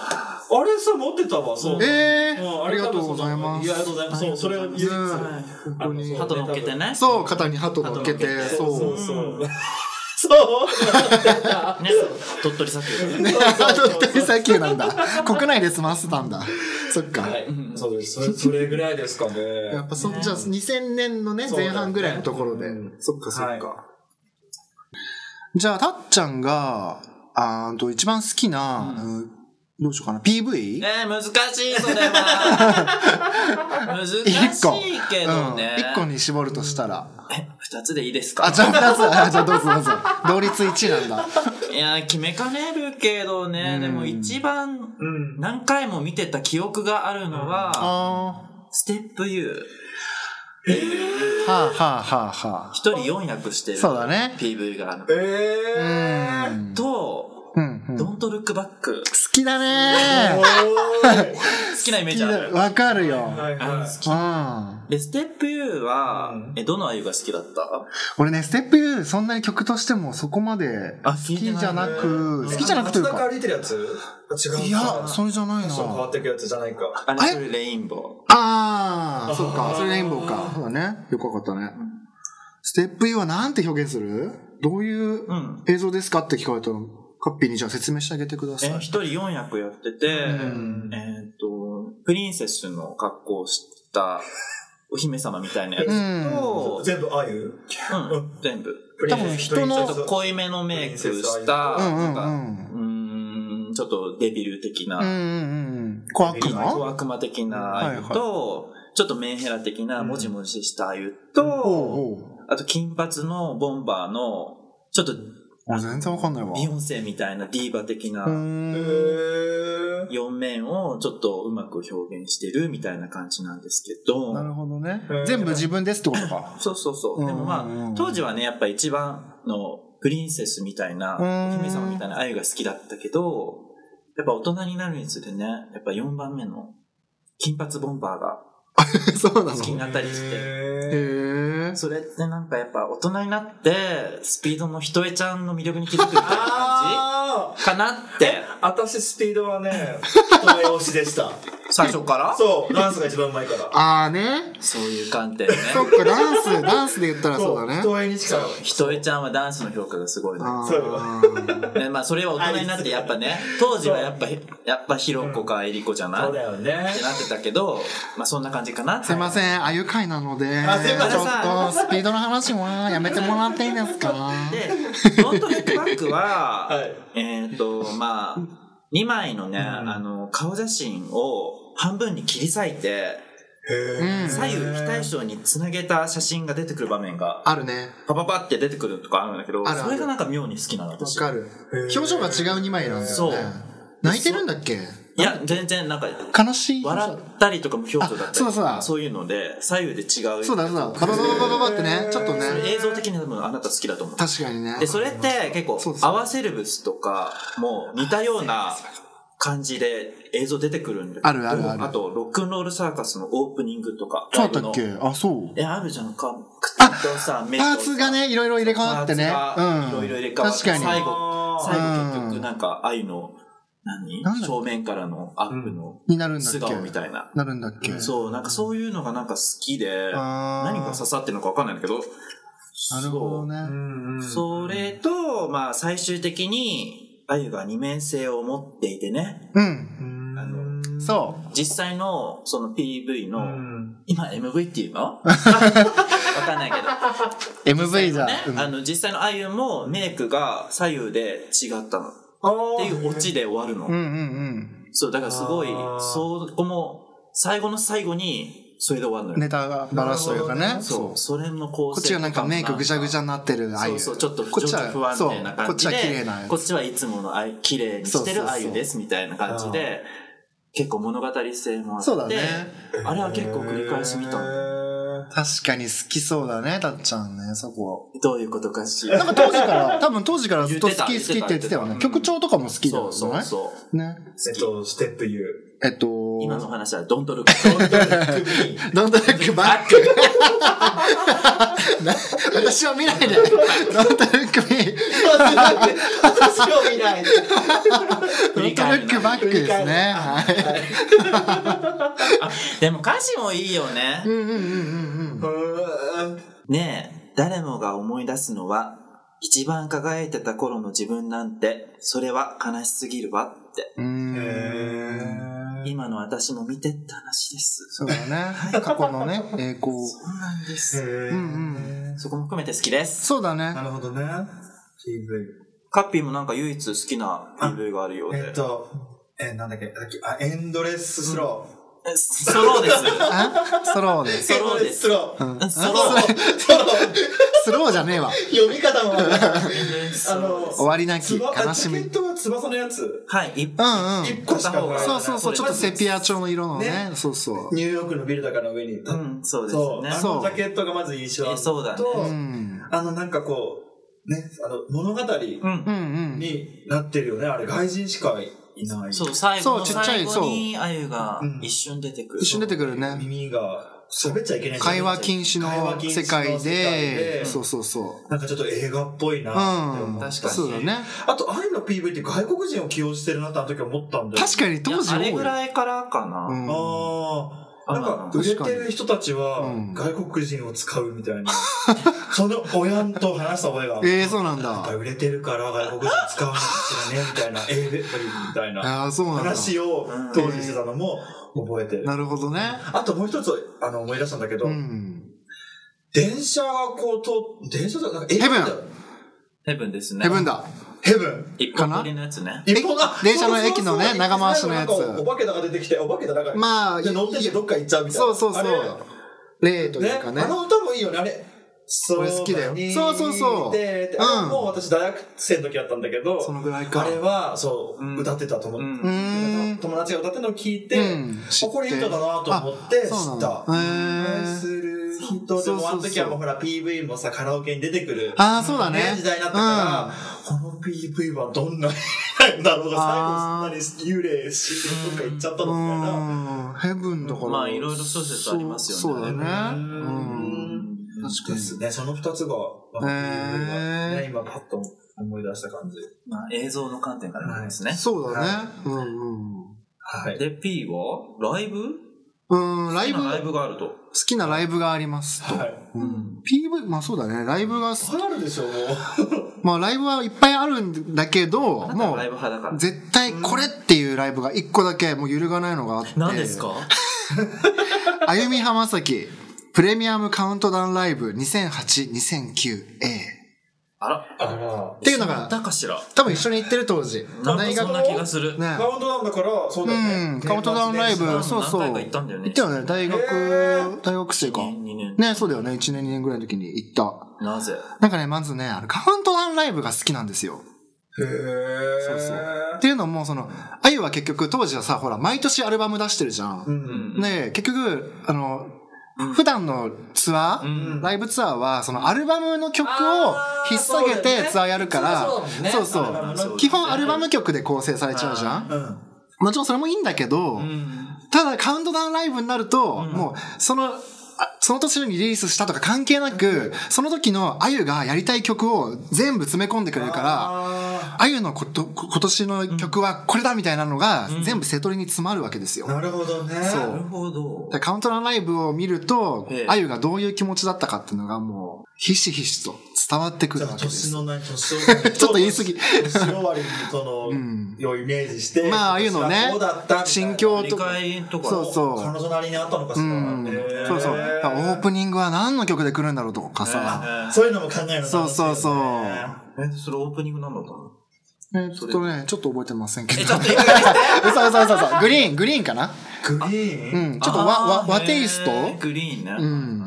Speaker 1: あれさ、持ってたわ、そう。
Speaker 3: ええ
Speaker 1: うん
Speaker 3: ありがとうございま
Speaker 1: い
Speaker 3: す
Speaker 1: や、あ。りがとうございます。そう、それを唯一。
Speaker 3: うん
Speaker 1: 本
Speaker 3: 当に
Speaker 2: ハト乗っけて。ね。
Speaker 3: そう、肩にハト乗っけて
Speaker 2: 鳩乗っ、けて
Speaker 1: そうそ
Speaker 3: そ
Speaker 1: <laughs> そう
Speaker 3: うう。
Speaker 1: う。
Speaker 2: ん
Speaker 1: そう
Speaker 2: ね、鳥取砂
Speaker 3: <laughs>
Speaker 2: 丘。
Speaker 3: ハト二人最級なんだ。国内で済ませたんだ。そっか。
Speaker 1: はい。そうです。それ、それぐらいですかね。
Speaker 3: やっぱそ、じゃあ2000年のね、
Speaker 1: そうだ
Speaker 3: 前
Speaker 1: よね
Speaker 3: 半ぐらいのところで
Speaker 1: うん。
Speaker 3: そっかそっ
Speaker 1: は
Speaker 3: か。じゃあ、たっちゃんが、あーんと、一番好きな、うんどうしようかな、PV?
Speaker 2: えー、難しい、それは。難し
Speaker 3: <laughs> 一個。
Speaker 2: いけどね。
Speaker 3: うん一個に絞るとしたら。
Speaker 2: え二つでいいです
Speaker 3: あ、
Speaker 2: か
Speaker 3: じゃあ、二つ <laughs> あじゃあ、どうぞどうぞ。同率1なんだ。
Speaker 2: いやー、決めかねるけどね、でも一番
Speaker 1: うん。
Speaker 2: 何回も見てた記憶があるのは、
Speaker 3: あ
Speaker 2: ステップ U。
Speaker 3: ーはあ、はあはあはあ。
Speaker 2: 一人四役してる。
Speaker 3: そうだね
Speaker 2: PV がある
Speaker 1: え。
Speaker 3: う
Speaker 1: えー。
Speaker 3: ん。
Speaker 2: と、
Speaker 3: うんうん。
Speaker 2: ド
Speaker 3: 好
Speaker 2: ントルックバック。
Speaker 3: きだね
Speaker 1: おーい。
Speaker 2: 好きなイメー
Speaker 3: 好き
Speaker 2: ジあ
Speaker 3: だ
Speaker 2: る。
Speaker 3: <laughs> わかるよ。
Speaker 1: はいはい。
Speaker 3: うん。
Speaker 2: で、ステップ U は、
Speaker 1: うん
Speaker 2: え、どのあゆが好きだった
Speaker 3: 俺ね、ステップ U、そんなに曲としてもそこまで
Speaker 2: あ
Speaker 3: 好きじゃなく、好
Speaker 1: 好
Speaker 3: きじゃなくという
Speaker 1: 街
Speaker 3: か。
Speaker 1: 中歩いてるやつあ違う。
Speaker 3: いや、それじゃない
Speaker 1: そう変わ
Speaker 3: な
Speaker 1: っ。てくやつじゃないか。
Speaker 2: あれ、それレインボ
Speaker 3: あー、そ
Speaker 1: あ
Speaker 3: っか、
Speaker 1: ー
Speaker 3: それレインボーか。そうだね。よくわかったね。ステップ U はなんて表現するどういう
Speaker 2: ー。うん。
Speaker 3: 映像ですかって聞かれたら、カッピーにじゃあ説明してあげてくださ
Speaker 2: え、
Speaker 3: い。
Speaker 2: 一人四役やってて、
Speaker 3: ん
Speaker 2: えーっと、プリンセスの格好をしたお姫様みたいなや
Speaker 3: う
Speaker 2: つ
Speaker 3: ん。
Speaker 2: と、
Speaker 1: 全部あゆ
Speaker 2: うん、全部。
Speaker 3: 多分人の
Speaker 2: ちょっと濃いめのメイクし
Speaker 1: う
Speaker 2: た、
Speaker 3: うんう
Speaker 2: なん
Speaker 3: ん
Speaker 2: か、
Speaker 3: う。
Speaker 2: うんーん、ちょっとデビル的
Speaker 3: うんう
Speaker 2: な、
Speaker 3: んうん。小悪
Speaker 2: 小
Speaker 3: 魔
Speaker 2: 悪魔的なあゆと、ちょっとメンヘラ的なもじもじしたあゆと、
Speaker 3: おうおう
Speaker 2: あと金髪のボンバーの、ちょっと
Speaker 3: 俺全然わかんないわ。
Speaker 2: ビヨンセみたいなディーバ的
Speaker 3: う
Speaker 2: な
Speaker 1: え
Speaker 3: ーん。
Speaker 1: ー。
Speaker 2: 4面をちょっとうまく表現してるみたいな感じなんですけど、
Speaker 3: なるほどね
Speaker 1: うん。
Speaker 3: 全部自分ですってことか。
Speaker 2: そうそうそう。でも
Speaker 3: うんうん
Speaker 2: ま
Speaker 3: う
Speaker 2: あ、
Speaker 3: ん
Speaker 2: 当時はね、やっぱ一番のプリンセスみたいな、
Speaker 3: うん
Speaker 2: お姫様みたいなあゆが好きだったけど、やっぱ大人になるにつれてね、やっぱ4番目の金髪ボンバーが
Speaker 3: <laughs> そうな
Speaker 2: 好
Speaker 3: の
Speaker 2: きになったりして、
Speaker 3: へー。
Speaker 2: それってなんかやっぱ大人になって、スピードのひとえちゃんの魅力に気づくみたいな感
Speaker 1: あ
Speaker 2: じかなって、
Speaker 1: ー私スピードはね、人目押しでした。
Speaker 2: 最初から
Speaker 1: そう、ダンスが一番うまいから。
Speaker 3: あーね。
Speaker 2: そういう観点ね。
Speaker 3: そっか、ダン
Speaker 2: <laughs>
Speaker 3: ス、ダンスで言ったらそうだね。
Speaker 1: 人目にしか。
Speaker 2: ひとえちゃんはダンスの評価がすごいのよ
Speaker 3: あ
Speaker 1: そう
Speaker 3: ー
Speaker 2: ねまあそれは大人になってやっぱね、当時はやっぱ、やっぱひろこかえりこじゃない、
Speaker 1: そうだよね
Speaker 2: って。なってたけど、まあそんな感じかな。
Speaker 3: すいません、あゆ会なので、ちょ
Speaker 1: あすいません
Speaker 3: っとスピードの話はやめてもらっていいですか
Speaker 2: で、ドントルックバックは、
Speaker 1: はい
Speaker 2: えっ、と、まあ、2枚のね、あの、顔写真を半分に切り裂いて、
Speaker 1: へ
Speaker 3: うん
Speaker 1: え。
Speaker 2: 左右非対称につなげた写真が出てくる場面が、
Speaker 3: あるね。
Speaker 2: パパパって出てくるとかあるんだけど、
Speaker 3: あるある
Speaker 2: それがなんか妙に好きなの、
Speaker 3: わ
Speaker 2: 私。
Speaker 3: かる。
Speaker 1: ー
Speaker 3: 表情が違う2枚なんだ
Speaker 2: そう
Speaker 3: よね。泣いてるんだっけ
Speaker 2: いや、全然なんか、
Speaker 3: 悲しい表
Speaker 2: 笑
Speaker 3: 情。
Speaker 2: ったりとか無表情だったり
Speaker 3: あそうだそうだ
Speaker 2: そういうので、左右で違う。
Speaker 3: そうだそうだ。バババババババってね、ちょっとね。
Speaker 2: それ映像的に多分あなた好きだと思う。
Speaker 3: 確かにね。
Speaker 2: で、それって結構
Speaker 3: そう、そう
Speaker 2: 合わせるブスとかも似たような感じで映像出てくるんだけど、
Speaker 3: あるあるある
Speaker 2: と、ロックンロールサーカスのオープニングとか。
Speaker 3: そうだったっ
Speaker 2: ライブ
Speaker 3: けあ、そう。
Speaker 2: のえ、あるじゃんか。口とさ、目と
Speaker 3: パ
Speaker 2: さ
Speaker 3: ーツが、ね、いろいろ入れ替わってね。
Speaker 2: パーツがいろい
Speaker 3: う
Speaker 2: ろ入れ
Speaker 3: ん。
Speaker 2: 替わって、
Speaker 3: 確かに。
Speaker 2: 最後、最後
Speaker 3: うん
Speaker 2: 結局なんか、愛の、何
Speaker 3: なんだ
Speaker 2: 正面からのアップの
Speaker 3: になるんだっ
Speaker 2: 素顔み
Speaker 3: け
Speaker 2: たいな。
Speaker 3: なるんだっけ
Speaker 2: そう、なんかそういうのがなんか好きで、
Speaker 3: あー
Speaker 2: 何が刺さってるのかわかんないんだけど、
Speaker 3: なるほどね。
Speaker 1: うんうん
Speaker 2: それと、まあ、最終的に、あゆが二面性を持っていてね、
Speaker 3: うん。
Speaker 2: あの
Speaker 3: そ
Speaker 2: 実際の、その PV の、
Speaker 1: うん。
Speaker 2: 今 MV っていう
Speaker 3: <laughs>
Speaker 2: のわかんないけど。
Speaker 3: う。MV だ。
Speaker 2: ね、あの、実際のあゆもメイクが左右で違ったの。っ
Speaker 1: あ
Speaker 2: て
Speaker 1: ー
Speaker 2: いうオチで終わるの。
Speaker 3: うんうんうん
Speaker 2: そう、だからすごい
Speaker 1: あー、
Speaker 2: そこも、最後の最後に、それで終わるの
Speaker 3: うん。
Speaker 2: よ。
Speaker 3: ネタがバラすというかね。
Speaker 2: そう、それの構成
Speaker 3: こっちがなんかメイクぐちゃぐちゃになってるああい。
Speaker 2: そううそう、ちょっと
Speaker 3: こっ
Speaker 2: 情
Speaker 3: ち
Speaker 2: 緒
Speaker 3: は
Speaker 2: 不安定な
Speaker 3: そうこっ
Speaker 2: 感
Speaker 3: ち
Speaker 2: じ
Speaker 3: は
Speaker 2: で、
Speaker 3: 綺麗なや
Speaker 2: こっ
Speaker 3: つ。
Speaker 2: ちはいつものあい綺麗にして
Speaker 3: そうそう
Speaker 2: る
Speaker 3: そう
Speaker 2: あゆですみたいな感じで、結構物語性もあって、
Speaker 3: そうだね。
Speaker 2: あれは結構繰り返し見たの
Speaker 1: へ
Speaker 3: 確かに好きそうだね、たっちゃんね、そこ。
Speaker 2: どういうことかし
Speaker 3: なんか当時から、
Speaker 2: <laughs>
Speaker 3: 多分当時からずっと好
Speaker 2: 言
Speaker 3: き
Speaker 2: っ
Speaker 3: 好き
Speaker 2: て
Speaker 3: って
Speaker 2: た
Speaker 3: 言ってたよ
Speaker 2: 言
Speaker 3: ね。
Speaker 2: ってた
Speaker 3: 曲調とかも好きだ
Speaker 2: そ
Speaker 3: よ
Speaker 2: うそう
Speaker 3: ね。
Speaker 2: そう。
Speaker 3: ね。
Speaker 1: えっと、ステップ U。
Speaker 3: えっと、
Speaker 2: 今のお
Speaker 3: ど
Speaker 2: 話はドントルック。
Speaker 3: んどんくバ
Speaker 2: <laughs>
Speaker 3: ック。な私は
Speaker 2: <laughs>
Speaker 3: 見ないで。どんどんくみ。
Speaker 6: 私を見ない。
Speaker 3: ドントルックバックです
Speaker 6: 振り返る
Speaker 3: ね。はい。
Speaker 2: でも歌詞もいいよね。
Speaker 3: うんうんうんうんうん。
Speaker 2: ねえ、誰もが思い出すのは、一番輝いてた頃の自分なんて、それは悲しすぎるわって。<laughs>
Speaker 3: うーん。
Speaker 1: へ
Speaker 2: 今の私も見てって話です。
Speaker 3: そうだね。 <laughs> 過去のね、栄光。
Speaker 2: そうなんです。
Speaker 3: う
Speaker 1: ー。
Speaker 3: んうん。
Speaker 2: そこも含めて好きです。
Speaker 3: そうだね <laughs>
Speaker 1: な。るほどね。PV。
Speaker 2: カッピーもなんか唯一好きな PV があるようで。
Speaker 1: えっと、え、なんだっけ、だっけあ、エンドレススロー。
Speaker 2: えソロー
Speaker 3: <laughs>
Speaker 2: です。
Speaker 3: あソローです。
Speaker 2: ソローです。
Speaker 6: スロー。
Speaker 2: うんソロー。
Speaker 6: ソロ
Speaker 3: スローじゃねえわ。
Speaker 6: 読み方も。
Speaker 2: あの、
Speaker 3: 終わりなき
Speaker 1: つば、
Speaker 3: 悲しみ。う
Speaker 1: ジャケ
Speaker 3: ん
Speaker 1: ットは翼のやつ。
Speaker 2: はい、一
Speaker 3: うん。
Speaker 1: 一個しかない。
Speaker 3: そうそうそう、ちょっとセピア調の色のね
Speaker 1: ね。
Speaker 3: そうそう。
Speaker 1: ニューヨークのビル高の上に立っ
Speaker 2: うん、そうです
Speaker 1: そう、
Speaker 2: ね
Speaker 1: あ。
Speaker 3: そ
Speaker 1: の
Speaker 3: う
Speaker 1: ジャケットがまず印象あるのと
Speaker 2: えそうだね
Speaker 3: うん。
Speaker 1: あの、なんかこう、ね、あの、物語
Speaker 2: うん
Speaker 3: うんう。ん。
Speaker 1: になってるよね。あれ、外人しかいない。
Speaker 2: そう、最後の
Speaker 3: そうちっちゃ
Speaker 2: 最
Speaker 3: い
Speaker 2: 後に、あゆが
Speaker 1: うん
Speaker 2: 一瞬出てくる。
Speaker 3: 一瞬出てくるね。
Speaker 1: 耳が、喋っちゃいけない。
Speaker 3: 会話禁止
Speaker 1: 会
Speaker 3: の
Speaker 1: 話禁止
Speaker 3: 世
Speaker 1: の世界で
Speaker 3: 界で、そうそうそう。
Speaker 1: なんかちょっと映画っぽいなって
Speaker 3: うん。
Speaker 1: 思ったし、
Speaker 3: そうだね。
Speaker 1: あと、アイの PV って外国人を起用してるなってあの時思ったんだよ。
Speaker 3: 確かに当時
Speaker 2: いやあ
Speaker 3: 多
Speaker 2: れ
Speaker 3: い。
Speaker 2: ぐらいからか
Speaker 3: う
Speaker 2: な。
Speaker 3: ん
Speaker 1: ああ、なんか、売れてる人たちは
Speaker 3: うん、
Speaker 1: 外国人を使うみたいな。 <laughs> その親と話した覚えがある。
Speaker 3: ええ、そうなん
Speaker 1: なんか
Speaker 3: だ。
Speaker 1: 売れてるから外国人使うのかしらね、みたい
Speaker 3: <laughs>
Speaker 1: な、英語みたいな
Speaker 3: ああ、そうなんだ。
Speaker 1: 話を当時してたのも覚えてる。
Speaker 3: なるほどね。
Speaker 1: あともう一つ、あの、思い出したんだけど
Speaker 3: う、ん。
Speaker 1: 電車がこう通っ、電車だ、なんか、
Speaker 3: ヘブン
Speaker 2: ヘブンですね。
Speaker 3: ヘブン。だ。
Speaker 1: ヘブン
Speaker 2: 一本取りのやつね。
Speaker 1: 一本だ
Speaker 3: 電車の駅のね長回しのやつ
Speaker 1: お化けだが出てきて、お化けだが、
Speaker 3: まあ、
Speaker 1: で乗ってってどっか行っちゃうみたいな。
Speaker 3: そうそうそ
Speaker 1: あれ
Speaker 3: う。例とい
Speaker 1: ね
Speaker 3: うかね
Speaker 1: あ。の歌もいいよね、あれ。そ
Speaker 3: 俺好きだよそ
Speaker 1: そうう
Speaker 3: そうそう
Speaker 1: で、
Speaker 3: うん
Speaker 1: あれもう私大学生の時だったんだけど、
Speaker 3: そのぐらいか。
Speaker 1: あれは、そう、
Speaker 2: うん
Speaker 1: 歌ってたと思う。
Speaker 2: うん
Speaker 3: うーん。
Speaker 1: 友達が歌ってるのを聞いて、
Speaker 3: うん知
Speaker 1: あ
Speaker 3: って
Speaker 1: これいい歌だなと思って知
Speaker 3: そうなん
Speaker 1: っ
Speaker 3: だ
Speaker 1: た。
Speaker 3: へー
Speaker 1: 愛する人で
Speaker 3: そうそうそう
Speaker 1: もあの時はもうほら PV もさカラオケに出てくる。
Speaker 3: ああ、そうだね
Speaker 1: ね。時代になったから、この PV はどんななんだろう
Speaker 3: あ
Speaker 1: が
Speaker 3: ー
Speaker 1: 最後すんなり幽霊死ぬとか行っちゃった
Speaker 3: う
Speaker 1: のみたいな。
Speaker 3: ん。ヘブンだから。
Speaker 2: まあいろいろ諸説ありますよね
Speaker 3: そうそうだね。う
Speaker 1: うん
Speaker 3: ん。確かに
Speaker 1: ですね。その二つが、まあ
Speaker 3: へー
Speaker 1: ね、今パッと思い出した感じ。
Speaker 2: まあ映像の観点からですね。
Speaker 3: そうだね。うん
Speaker 1: はい。
Speaker 2: で、P はライブ
Speaker 3: うん。うん、ライブ、
Speaker 2: 今ライ
Speaker 3: 好
Speaker 2: ブがあると。
Speaker 3: きなライブがありますと。
Speaker 1: はい。
Speaker 3: うん PV、まあそうだね。ライブが好き、
Speaker 1: あるでしょ、もう。
Speaker 3: まあライブはいっぱいあるんだけど、
Speaker 2: あなた
Speaker 3: も
Speaker 2: はライブ
Speaker 3: う、
Speaker 2: 派だから。
Speaker 3: 絶対これっていうライブが一個だけもう揺るがないのがあって。
Speaker 2: 何ですか
Speaker 3: あゆみ浜崎、プレミアムカウントダウンライブ 2008-2009A。
Speaker 2: あら。
Speaker 1: あら
Speaker 3: ていうのが
Speaker 2: だかしら。
Speaker 3: 多分一緒に行ってる当時。
Speaker 2: なん
Speaker 3: 大
Speaker 2: かそん
Speaker 3: 学
Speaker 2: な気がする。
Speaker 3: ね。
Speaker 1: カウントダウンだから、そうだよね。
Speaker 3: うんカウントダウンライブ
Speaker 2: 何
Speaker 3: そうそう
Speaker 2: 何回か行ったんだよね。
Speaker 3: 行ったよね。大
Speaker 1: へ
Speaker 3: 学
Speaker 1: ー、
Speaker 3: 大学生か。
Speaker 2: 2年。
Speaker 3: ね、そうだよね。1年、2年ぐらいの時に行った。
Speaker 2: なぜ
Speaker 3: なんかね、まずね、あの、カウントダウンライブが好きなんですよ。
Speaker 1: へぇ
Speaker 3: そうそうっていうのも、その、あゆは結局当時はさ、ほら、毎年アルバム出してるじゃ。
Speaker 1: うんん。
Speaker 3: で、結局、あの、普段のツアー、ライブツアーは、そのアルバムの曲を引っ提げてツアーやるから、
Speaker 7: そうだよね
Speaker 3: そう
Speaker 7: そ
Speaker 3: そう
Speaker 7: だもんね
Speaker 3: う基本アルバム曲で構成されちゃうじゃん
Speaker 1: うん。
Speaker 3: もちろんそれもいいんだけど、ただカウントダウンライブになると、もうその、あその年にリリースしたとか関係なく、その時のあゆがやりたい曲を全部詰め込んでくれるから、
Speaker 1: あ
Speaker 3: あゆのこと、こ今年の曲はこれだみたいなのが、全部瀬戸りに詰まるわけですよ。
Speaker 1: ーなるほどね。
Speaker 3: そう
Speaker 2: なるほど
Speaker 3: だから。カウントダウンライブを見ると
Speaker 2: ええ、
Speaker 3: あゆがどういう気持ちだったかっていうのがもう、ひしひしと伝わってく
Speaker 1: じ
Speaker 3: る
Speaker 1: ゃ
Speaker 3: わ
Speaker 1: あ、
Speaker 3: けです
Speaker 1: 年。のない年を。
Speaker 3: <laughs> ちょっと言い過ぎ
Speaker 1: 年終わりに、そ
Speaker 3: うん
Speaker 1: の、をイメージして。
Speaker 3: まあああいうのね
Speaker 1: こうだったみたいな。
Speaker 3: 心境
Speaker 2: 理解とか。
Speaker 3: そうそう
Speaker 1: 彼女なりにあったのかし
Speaker 3: う
Speaker 1: ら。
Speaker 3: ん
Speaker 1: へー
Speaker 3: そうそう。だからオープニングは何の曲で来るんだろうとかさ。
Speaker 2: え
Speaker 1: そういうのも考えるの楽しいよ
Speaker 3: そう
Speaker 1: ね
Speaker 3: そうそう。
Speaker 2: ーえ、それオープニングなんだったの
Speaker 3: えー、ちょっとね、ちょっと覚えてませんけど。
Speaker 2: え、
Speaker 3: う
Speaker 2: ちょ
Speaker 3: さ
Speaker 2: っと一回して
Speaker 3: うさうさうさ。グリーン、グリーンかな
Speaker 1: グリーン
Speaker 3: うん。ちょっと和、和、和テイスト
Speaker 2: あーへーグリーンね。
Speaker 3: うん。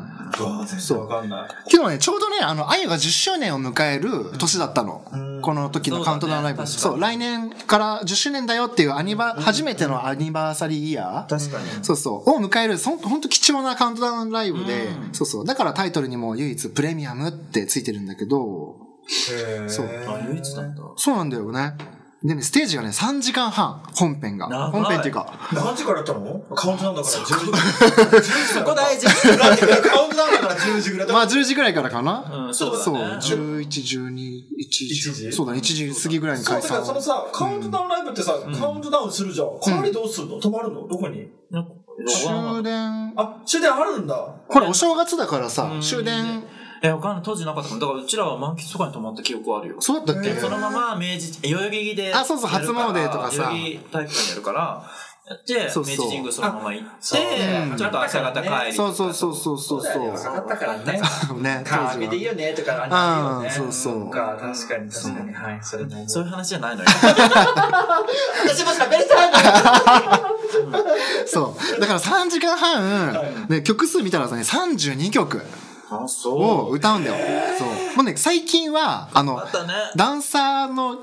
Speaker 1: そう。わかんない。
Speaker 3: 今日ね、ちょうどね、あの、あゆが10周年を迎える年だったの。
Speaker 1: うん
Speaker 3: この時のカウントダウンライブ。そう,、
Speaker 2: そう
Speaker 3: 来年から10周年だよっていうアニバ、初めてのアニバーサリーイヤー
Speaker 2: 確かに。
Speaker 3: そうそう。を迎える、そんほんと貴重なカウントダウンライブで、そうそう。だからタイトルにも唯一プレミアムってついてるんだけど、そう
Speaker 2: あ、唯一なんだ。
Speaker 3: そうなんだよね。でね、ステージがね、3時間半、本編が。
Speaker 2: 長い
Speaker 3: 本編っていうか、
Speaker 1: 何時からやったのカウントダウンだから10時。
Speaker 3: <laughs>
Speaker 2: そこ大事。
Speaker 1: なんでカウントダウンだから10時ぐらいだ
Speaker 3: まあ10時ぐらいからかな。
Speaker 2: うん、そう
Speaker 3: そう、
Speaker 2: だね。
Speaker 3: 11、
Speaker 1: 1
Speaker 3: 12、1時。
Speaker 1: 時
Speaker 3: そうだね、1時過ぎぐらいに
Speaker 1: そう、
Speaker 3: 解
Speaker 1: だから
Speaker 3: 散
Speaker 1: そ。のさ、カウントダウンライブってさ、カウントダウンするじゃん。代わりどうするの止まるのどこに
Speaker 2: なんか
Speaker 3: 終電
Speaker 1: あ、終電あるんだ。
Speaker 3: ほら、お正月だからさ、終電、
Speaker 2: え、わかんない。当時なかったもん。だから、うちらは満喫とかに泊まった記憶あるよ。
Speaker 3: そうだったっけ
Speaker 2: で、そのまま明治、代々木で。
Speaker 3: あそうそう初詣とかさ
Speaker 2: 代々木体育館やるから、やって、
Speaker 3: そうそ
Speaker 2: 明
Speaker 3: う
Speaker 2: 治神宮そのまま行
Speaker 6: あ
Speaker 2: っ
Speaker 6: そう
Speaker 2: て、ちょっと朝方帰り。
Speaker 3: そうそうそうそうそう
Speaker 6: だよね
Speaker 3: そ
Speaker 6: 分かったからね。
Speaker 3: う。 <laughs> ね、当
Speaker 6: カービ
Speaker 3: 時
Speaker 6: でいい
Speaker 3: は。
Speaker 6: よねとかあるよね。
Speaker 3: うんそうそう
Speaker 6: っか確かに確かに。はい、それも。
Speaker 2: そういう話じゃないのよ。
Speaker 6: 私も喋りたいの
Speaker 3: そう。だから3時間半、ね、曲数見たらさね、32曲
Speaker 2: あ、
Speaker 3: を
Speaker 2: そ
Speaker 3: 歌うんだよ。そう。もうね、最近は、あ
Speaker 2: う。
Speaker 3: の
Speaker 2: あっ、たね。
Speaker 3: ダンサーの、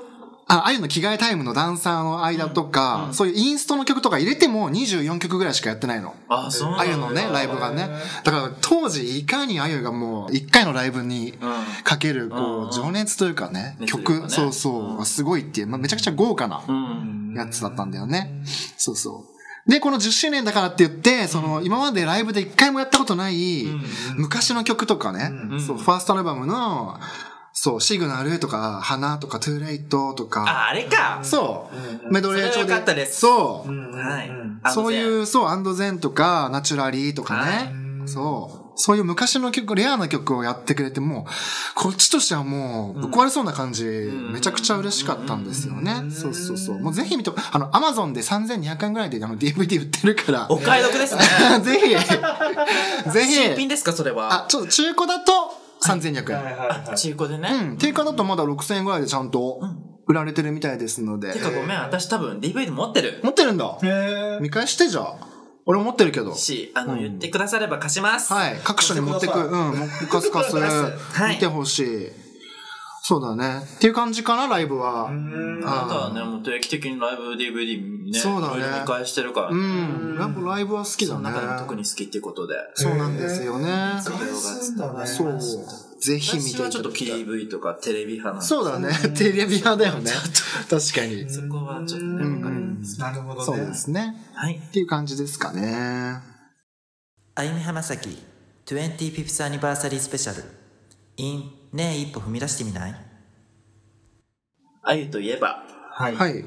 Speaker 3: あ、あゆの着替えタイムのダンサーの間とか、そういうインストの曲とか入れても24曲ぐらいしかやってないの。
Speaker 2: あ、そうなんだ
Speaker 3: あゆのね、ライブがね。だから当時、いかにあゆがもう、一回のライブにかける、こう、情熱というかね、
Speaker 2: 熱量が
Speaker 3: 曲、
Speaker 2: ね
Speaker 3: そうそう、すごいっていう、まあめちゃくちゃ豪華な
Speaker 2: うん。
Speaker 3: やつだったんだよね。そうそう。で、この10周年だからって言って、その、今までライブで一回もやったことない、昔の曲とかね、そう、ファーストアルバムの、そう、シグナルとか、花とか、トゥーレイトとか、
Speaker 2: あ、あれか。
Speaker 3: そう、メドレー調
Speaker 2: それは良かったで
Speaker 3: で、
Speaker 2: す
Speaker 3: そう、
Speaker 2: はい。
Speaker 3: そう
Speaker 2: う。
Speaker 3: いう、そう、アンドゼンとか、ナチュラリーとかね。そう。そういう昔の曲、レアな曲をやってくれて、もう、こっちとしてはもう、ぶっ壊れそうな感じ、めちゃくちゃ嬉しかったんですよね。そうそうそう。もうぜひ見て、あの、アマゾンで3200円ぐらいであの DVD 売ってるか
Speaker 2: お買い得ですね。
Speaker 3: ら、 <laughs> ぜ <laughs> ひ、ぜ
Speaker 2: 新
Speaker 3: ひ
Speaker 2: 品、ですか、それは。
Speaker 3: あ、ちょっと中古だと3200円。
Speaker 2: 中古で
Speaker 3: う
Speaker 2: ね。
Speaker 3: ん。定価だとまだ6000円ぐらいでちゃんと売られてるみたいですので
Speaker 2: て。か、ごめん、私多分 DVD 持ってる。
Speaker 3: 持ってるんだ。
Speaker 1: へ
Speaker 3: 見返してじゃあ。俺持ってるけど。
Speaker 2: し、あの、言ってくだされば貸します。
Speaker 3: はい。各所に持ってく。
Speaker 1: 貸
Speaker 3: う
Speaker 1: してく
Speaker 3: ん。もうカスカス。
Speaker 2: はい
Speaker 3: 見てほしい。そうだね。っていう感じかな、ライブは。
Speaker 1: ぇ
Speaker 2: あとはね、もう定期的にライブ DVD ね、
Speaker 3: そうだね
Speaker 2: いろいろ見返してるから
Speaker 3: う
Speaker 2: ね。
Speaker 3: ん。ライブライブは好きだね。
Speaker 2: 中でも特に好きっていうことで。
Speaker 3: そうなんですよね。
Speaker 1: だね。
Speaker 3: そう。ぜひ見
Speaker 2: 私
Speaker 3: て
Speaker 2: はいちょ
Speaker 3: た
Speaker 2: っと
Speaker 3: だきたい。
Speaker 2: PV とかテレビ派なんで
Speaker 3: そうだね。 <laughs> テレビ派だよね。確かに。
Speaker 2: そこはちょっとね、わかります。
Speaker 1: なるほ
Speaker 3: そ
Speaker 1: ど
Speaker 3: う
Speaker 1: ね
Speaker 3: で。すね。
Speaker 2: はい。
Speaker 3: っていう感じですかね。
Speaker 4: あゆみ浜崎 20th Anniversary Special in ねえ一歩踏み出してみない
Speaker 2: あゆといえば、
Speaker 1: はい。
Speaker 3: はい。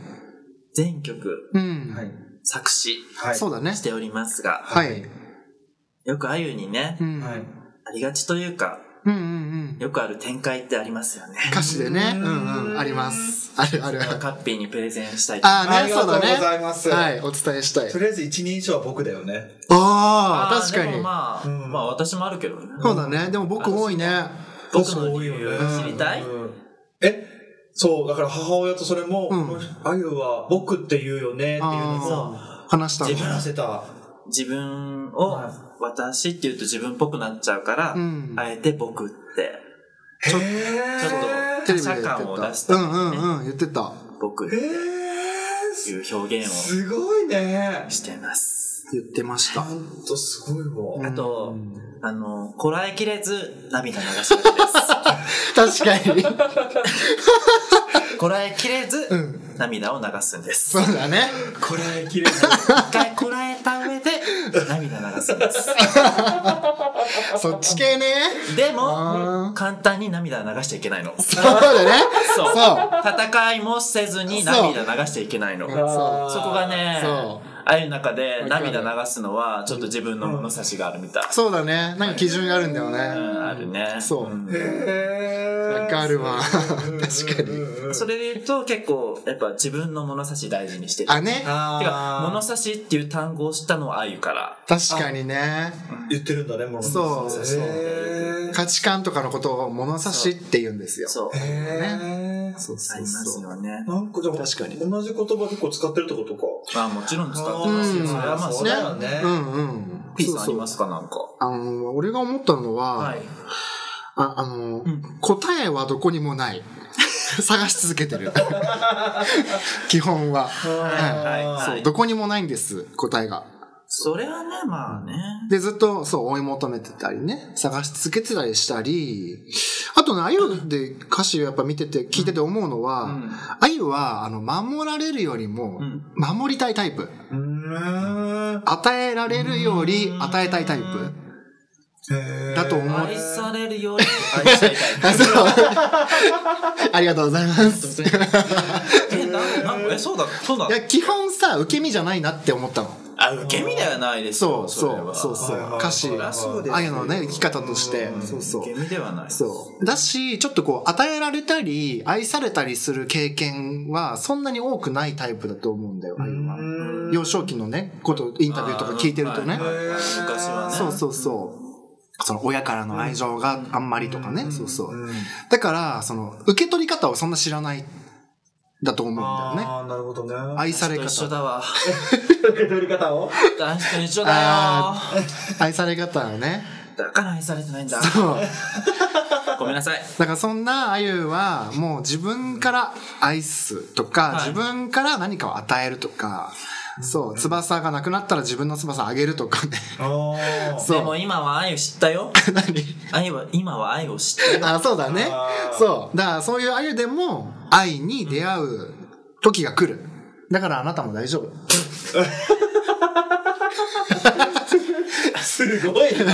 Speaker 2: 全曲
Speaker 3: うん。
Speaker 1: はい。
Speaker 2: 作詞
Speaker 1: はい。
Speaker 3: そうだね
Speaker 2: し。ておりますが、
Speaker 3: はい。
Speaker 2: よくあゆにね
Speaker 3: う、ん。
Speaker 1: はい。
Speaker 2: ありがちというか、
Speaker 3: うんうんうん。
Speaker 2: よくある展開ってありますよね。
Speaker 3: 歌詞でね。うんうん。あります。あるある。
Speaker 2: カッピーにプレゼンしたいとか。
Speaker 3: ああ
Speaker 1: あ
Speaker 3: ね、
Speaker 1: り
Speaker 3: そ
Speaker 1: がと
Speaker 3: う
Speaker 1: うご
Speaker 3: だね。
Speaker 1: ざいます
Speaker 3: はい。お伝えしたい
Speaker 1: と。りあえず一人称は僕だよね。
Speaker 3: ああ、確か
Speaker 2: で
Speaker 3: に
Speaker 2: も。まあ、まあ私もあるけどね。
Speaker 3: そうだね。でも僕多いね。
Speaker 2: 僕
Speaker 1: 確か
Speaker 2: の
Speaker 1: 多
Speaker 2: 理
Speaker 1: いよね
Speaker 2: 由知りたい
Speaker 1: うんえそう、だから母親とそれも
Speaker 3: うん、
Speaker 1: あゆは僕って言うよねっていうのも、
Speaker 3: 話した
Speaker 1: 自分らせた。
Speaker 2: 自分を私って言うと自分っぽくなっちゃうから、
Speaker 3: うん
Speaker 2: あえて僕って、
Speaker 1: へぇ
Speaker 2: ちょっと
Speaker 3: テ
Speaker 2: 他
Speaker 3: レ
Speaker 2: 者
Speaker 3: ビで言ってた
Speaker 2: 感を出す
Speaker 3: う
Speaker 2: ため
Speaker 3: ん
Speaker 2: にね、
Speaker 3: うんうん言ってた
Speaker 2: 僕っ
Speaker 1: え
Speaker 2: て
Speaker 1: ー
Speaker 2: いう表現を
Speaker 1: すごいね。
Speaker 2: してます。
Speaker 3: 言ってまし
Speaker 1: ちゃ
Speaker 3: た
Speaker 1: んとすごいわ。
Speaker 2: あと、
Speaker 3: うん
Speaker 2: あの、こらえきれず涙流しがち
Speaker 3: <laughs>
Speaker 2: で
Speaker 3: 確かに
Speaker 2: す。こらえきれず
Speaker 3: うん
Speaker 2: 涙を流すんです。
Speaker 3: そうだね
Speaker 1: こらえきれない。
Speaker 2: 一回こらえた上で涙流すんです。
Speaker 3: <laughs> そっち系ね
Speaker 2: で
Speaker 3: あー
Speaker 2: も、簡単に涙は流しちゃいけないの。
Speaker 3: そうだね
Speaker 2: そう。
Speaker 3: そ
Speaker 2: 戦いもせずに涙流しちゃいけないの。
Speaker 3: うそ
Speaker 2: そこがね、
Speaker 3: そ
Speaker 2: あゆの中で
Speaker 3: わかる
Speaker 2: 涙流すのは、ちょっと自分の物差しがあるみたい。
Speaker 3: うそうだねなんか基準があるんだよ
Speaker 2: うん、あ
Speaker 3: ね
Speaker 2: るね。
Speaker 3: そうん
Speaker 1: へー
Speaker 3: わかるわ
Speaker 1: うんうん
Speaker 3: 確かに
Speaker 1: うんうん
Speaker 2: それで言うと結構、やっぱ自分の物差し大事にしてる。
Speaker 3: あね
Speaker 1: あー
Speaker 2: てか、物差しっていう単語を知ったのはあゆから。
Speaker 3: 確かにね
Speaker 1: 言ってるんだね、もう。
Speaker 3: そう
Speaker 1: へ
Speaker 3: そう
Speaker 1: ー
Speaker 3: 価値観とかのことを物差しって言うんですよ
Speaker 2: そう。
Speaker 1: へー
Speaker 3: そう
Speaker 2: あ
Speaker 3: そ
Speaker 2: り
Speaker 3: う
Speaker 2: ます
Speaker 3: そう
Speaker 2: よね。
Speaker 1: なんかじゃあ、
Speaker 3: 確かに
Speaker 1: 同じ言葉結構使ってるってことか。
Speaker 2: まあもちろん使ってます
Speaker 3: う
Speaker 2: よ。
Speaker 3: ん
Speaker 2: それはまあ、
Speaker 1: そ
Speaker 2: そうれ
Speaker 1: だ
Speaker 2: は
Speaker 1: よね。
Speaker 3: うんうん
Speaker 2: ピーさんあり
Speaker 3: そうそう
Speaker 2: ますかなんか。
Speaker 3: あの俺が思ったのは、
Speaker 2: はい。
Speaker 3: ああ
Speaker 2: う
Speaker 3: の、
Speaker 2: ん
Speaker 3: 答えはどこにも
Speaker 2: <laughs>
Speaker 3: ない探し続けてる基本
Speaker 2: は。
Speaker 3: は、はい
Speaker 2: はい
Speaker 3: い、どこにもないんです答えが
Speaker 2: それはね、まあね。
Speaker 3: でずっとそう追い求めてたりね探し続けてたりしたりあとねあゆで歌詞をやっぱ見てて聞いてて思うのは、
Speaker 2: うん
Speaker 3: あゆはあの守られるよりも
Speaker 2: うん
Speaker 3: 守りたいタイプ、
Speaker 1: うーん。
Speaker 3: 与えられるより与えたいタイプ、
Speaker 1: へー
Speaker 3: だと思う
Speaker 2: 愛されるより愛したいタ
Speaker 3: あ
Speaker 2: イ
Speaker 3: <laughs> そう <laughs> ありがとうございますい <laughs>
Speaker 2: プ。え、なんなんえ、そうだ、そうだ。
Speaker 3: や基本さ受け身じゃないなって思ったの
Speaker 2: あ、受け身ではないです
Speaker 3: そ
Speaker 2: よ。
Speaker 3: うそう
Speaker 2: れは
Speaker 3: そうそう、
Speaker 1: はいはい
Speaker 3: 歌詞
Speaker 1: そりゃそうですよ
Speaker 3: あゆのね生き方としてそうそう
Speaker 2: 受け身ではない。
Speaker 3: そうだしちょっとこう与えられたり愛されたりする経験はそんなに多くないタイプだと思うんだよあゆは
Speaker 1: う
Speaker 3: 幼少期のねことインタビューとか聞いてるとね
Speaker 2: あーはいはい昔はね。
Speaker 3: そうそうそうその親からの愛情があんまりとかねそうそうだからその受け取り方をそんな知らないだと思うんだよね
Speaker 1: ああ、なるほどね。 <laughs>
Speaker 3: 愛さ
Speaker 2: 男
Speaker 3: れ
Speaker 2: 子と一緒
Speaker 3: 方
Speaker 2: だ
Speaker 3: <laughs>
Speaker 2: わ。
Speaker 1: 受け取り方を
Speaker 2: 男子と一緒だ
Speaker 3: あ
Speaker 2: よ。
Speaker 3: 愛され方はね
Speaker 2: だから愛されてないんだ。
Speaker 3: そう
Speaker 2: <laughs> ごめんなさい。
Speaker 3: だからそんなあゆはもう自分から愛すとか、
Speaker 2: はい
Speaker 3: 自分から何かを与えるとか、そう翼がなくなったら自分の翼あげるとかね
Speaker 1: あ
Speaker 3: そ
Speaker 2: で
Speaker 3: う
Speaker 2: も今は愛を知ったよ。
Speaker 3: 何 <laughs>
Speaker 2: 愛は、今は愛を知ったよ。
Speaker 3: あそうだね
Speaker 1: あー
Speaker 3: そうだからそういうあゆでも愛に出会う時が来るだからあなたも大丈夫
Speaker 1: あ。すごいな。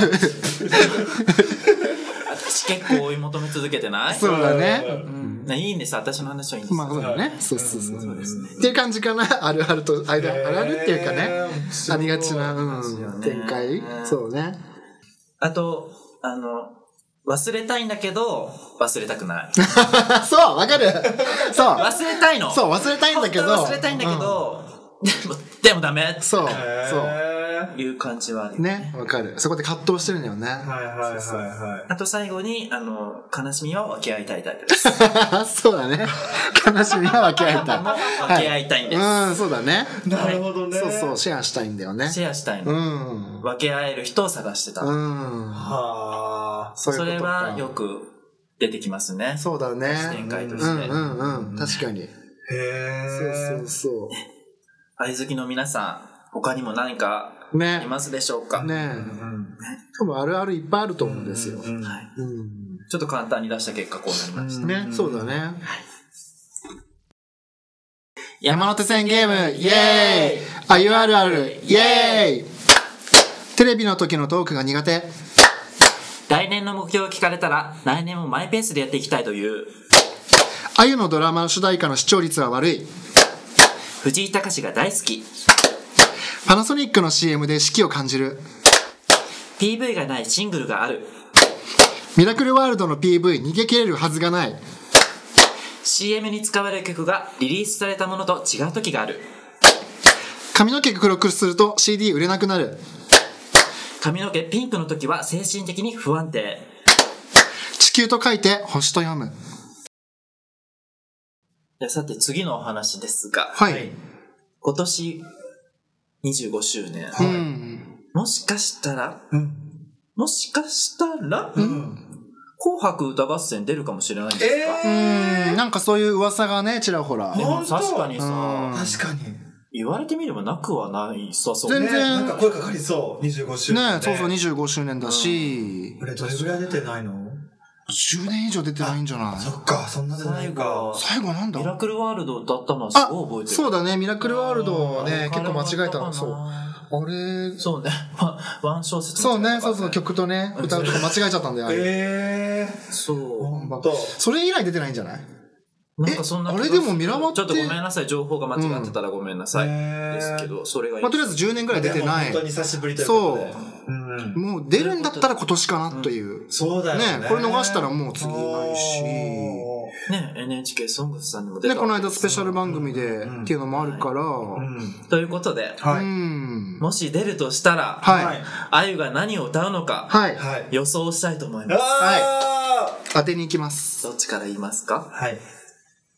Speaker 2: 私結構追い求め続けてない
Speaker 3: そうだね
Speaker 2: うんねいいんです。私の話はいいんです。
Speaker 3: まあそうだねそうそうそう
Speaker 2: そうですね。
Speaker 3: っていう感じかなあるあるとあるあるあるっていうか
Speaker 1: へ
Speaker 3: ね
Speaker 1: ー
Speaker 3: ありがちな、
Speaker 2: そうですよ
Speaker 3: うん、
Speaker 2: ね
Speaker 3: 展開
Speaker 2: うん
Speaker 3: そうね
Speaker 2: あと、あの、忘れたいんだけど、忘れたくない。
Speaker 3: あそうわかるそう
Speaker 2: 忘れたいの
Speaker 3: そう忘れたいんだけど
Speaker 2: 本当は忘れたいんだけど、でも、でもダメ
Speaker 3: そう
Speaker 1: へー
Speaker 3: そ
Speaker 2: っていう感じはあるよ
Speaker 3: うねわかるそこで葛藤してるんだよね <laughs>
Speaker 1: はいはいはいは
Speaker 2: あと最後に、あの、悲しみを分け合いたいタイプです。
Speaker 3: <laughs> そうだね悲しみは分け合
Speaker 2: <laughs>
Speaker 3: いたい
Speaker 2: 分け合いたいんです。
Speaker 3: はいうんそうだね
Speaker 1: い。なるほどね。
Speaker 3: そうそうシェアしたいんだよね
Speaker 2: シェアしたいうの。
Speaker 3: ん
Speaker 2: 分け合える人を探してた。
Speaker 3: うん
Speaker 1: はあ。
Speaker 3: そういう
Speaker 2: そ
Speaker 3: こと
Speaker 2: れ
Speaker 3: か
Speaker 2: はよく出てきますね。
Speaker 3: そうだ
Speaker 2: 展
Speaker 3: ね
Speaker 2: 開と
Speaker 3: う
Speaker 2: して。
Speaker 3: んうんうん確かに
Speaker 1: へ
Speaker 3: そう
Speaker 1: え。
Speaker 3: そうそ
Speaker 2: 愛好きの皆さん、他にも何か
Speaker 3: う
Speaker 2: い
Speaker 3: ね
Speaker 2: ますでしょうか、
Speaker 3: ね
Speaker 1: うん
Speaker 3: 多分あるあるいっぱいあると思うんですよ
Speaker 1: うん
Speaker 2: はい。
Speaker 3: うん
Speaker 2: ちょっと簡単に出した結果こうなりました。
Speaker 3: ねそうだね
Speaker 2: 山
Speaker 3: 山手線ゲームイエーイあゆあるあるイエーイテレビの時のトークが苦手
Speaker 2: 来年の目標を聞かれたら、来年もマイペースでやっていきたいという、
Speaker 3: あゆのドラマの主題歌の視聴率は悪い
Speaker 2: 藤井隆が大好き。
Speaker 3: パナソニックの CM で四季を感じる
Speaker 2: PV がないシングルがある。
Speaker 3: ミラクルワールドの PV 逃げ切れるはずがない
Speaker 2: CM に使われる曲がリリースされたものと違う時がある。
Speaker 3: 髪の毛黒くすると CD 売れなくなる
Speaker 2: 髪の毛ピンクの時は精神的に不安定。
Speaker 3: 地地球と書いて星と読む。
Speaker 2: じゃあさて次のお話ですが、
Speaker 3: はい。
Speaker 2: 今年25周年、
Speaker 3: うん。
Speaker 2: もしかしたら、
Speaker 6: うん。
Speaker 2: もしかしたら、
Speaker 6: うん。
Speaker 2: 紅白歌合戦出るかもしれないんで
Speaker 1: え
Speaker 2: す
Speaker 3: う
Speaker 1: え
Speaker 3: ん。なんかそういう噂がね、ちらほら。
Speaker 2: でも
Speaker 1: 本当
Speaker 2: 確かにさ、
Speaker 3: うん
Speaker 1: 確かに。
Speaker 2: 言われてみればなくはないさ、そう
Speaker 3: 全
Speaker 1: ね
Speaker 3: 然
Speaker 1: なんか声かかりそう。25周年。
Speaker 3: ねそうそう、25周年だし
Speaker 1: こ、れどれぐらい出てないの
Speaker 3: 10年以上出てないんじゃない
Speaker 1: そっか、そんな出てな
Speaker 2: 最
Speaker 1: いか
Speaker 2: 後。、
Speaker 3: 最後なんだ
Speaker 2: ミラクルワールドだったのはすごい覚えてる。
Speaker 3: そううだね、ミラクルワールドね、
Speaker 2: あー
Speaker 3: 結構間違えた
Speaker 2: あ
Speaker 3: の。
Speaker 2: れ
Speaker 3: そう。
Speaker 2: は
Speaker 3: あれ、
Speaker 2: そうね。ワンワン小節
Speaker 3: そう
Speaker 2: 間違
Speaker 3: ね、
Speaker 2: えたから
Speaker 3: そうそう、。曲とね、歌うとこ間違えちゃったんだよあれ。
Speaker 1: え
Speaker 2: そ。
Speaker 1: ー。ほんと。
Speaker 3: それ以来出てないんじゃないう
Speaker 2: なんかそんな
Speaker 3: え
Speaker 2: 気がす
Speaker 3: あれ
Speaker 2: る
Speaker 3: でもミラワって
Speaker 2: ちょっとごめんなさい、情報が間違ってたらごめんなさい。
Speaker 1: え
Speaker 2: ですけ
Speaker 1: ー
Speaker 2: ど、それがいい
Speaker 3: まあ、とりあえず10年ぐらい出てな
Speaker 1: でも
Speaker 3: い
Speaker 1: 本。当に久しぶりということで。うん。
Speaker 3: もう出るんだったら今年かなという。
Speaker 1: そうだよね。
Speaker 3: ねこれ逃したらもう次ない
Speaker 1: お
Speaker 3: し
Speaker 1: ー
Speaker 2: ね、NHK ソングスさんにも出
Speaker 3: で、
Speaker 2: た。
Speaker 3: この間スペシャル番組で
Speaker 1: ん
Speaker 3: っていうのもあるから、
Speaker 1: うん。
Speaker 2: ということで、
Speaker 3: う
Speaker 1: はい。
Speaker 3: ん。
Speaker 2: もし出るとしたら、
Speaker 3: はい。
Speaker 2: あゆが何を歌うのか、
Speaker 3: はい。
Speaker 1: はい。
Speaker 2: 予想したいと思います。
Speaker 1: あ
Speaker 3: 当てに行きます。
Speaker 2: どっちから言いますか
Speaker 1: ーはい。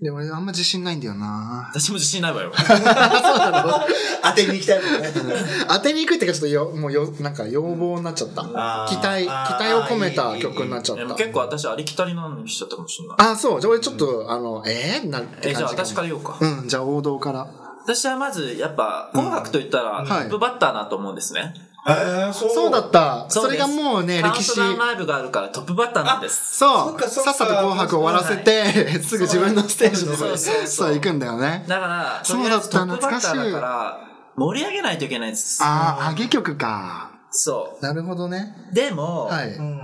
Speaker 3: で、俺あんま自信ないんだよな
Speaker 2: 私も自信ないわ
Speaker 3: <laughs>
Speaker 2: よ。
Speaker 3: そうなの
Speaker 1: 当てに行きたいもんね。
Speaker 3: <laughs> 当てに行くっていうかちょっとよ、もうよ、なんか要望になっちゃった。期
Speaker 1: あー
Speaker 3: 待、期
Speaker 1: あー
Speaker 3: 待を込めた曲になっちゃっ
Speaker 2: で
Speaker 3: た
Speaker 2: も。結構私ありきたりなのにしちゃったかもしれない。
Speaker 3: あ、そう。じゃあ俺ちょっと、あの、えー、なんて
Speaker 2: え、じゃあ
Speaker 3: 感じ
Speaker 2: 私から言おうか。
Speaker 3: うん、じゃあ王道から。
Speaker 2: 私はまず、やっぱ、紅白と言ったら、
Speaker 3: ん
Speaker 2: トップバッターなと思うんですね。
Speaker 1: えー、そう。
Speaker 3: そうだ
Speaker 1: た。
Speaker 3: った。そ
Speaker 2: そう
Speaker 3: れ
Speaker 2: です
Speaker 3: がもうね、
Speaker 2: カウン
Speaker 3: 歴史
Speaker 2: ト。ダウンライブがあるからトップバッターなんです。
Speaker 3: そ
Speaker 1: っ
Speaker 3: う。
Speaker 1: かそっか
Speaker 3: さっさと紅白終わらせて、 <laughs> すぐ自分のステージの
Speaker 2: そうそうそう
Speaker 3: そう、行くんだよね。
Speaker 2: だから、
Speaker 3: そうだった
Speaker 2: とりあえずトップバッターだ
Speaker 3: 懐
Speaker 2: から、盛り上げないといけないんです。
Speaker 3: ああ、揚げ曲か。
Speaker 2: そ
Speaker 3: なるほどね。
Speaker 2: う。でも、
Speaker 3: はい。
Speaker 1: うん。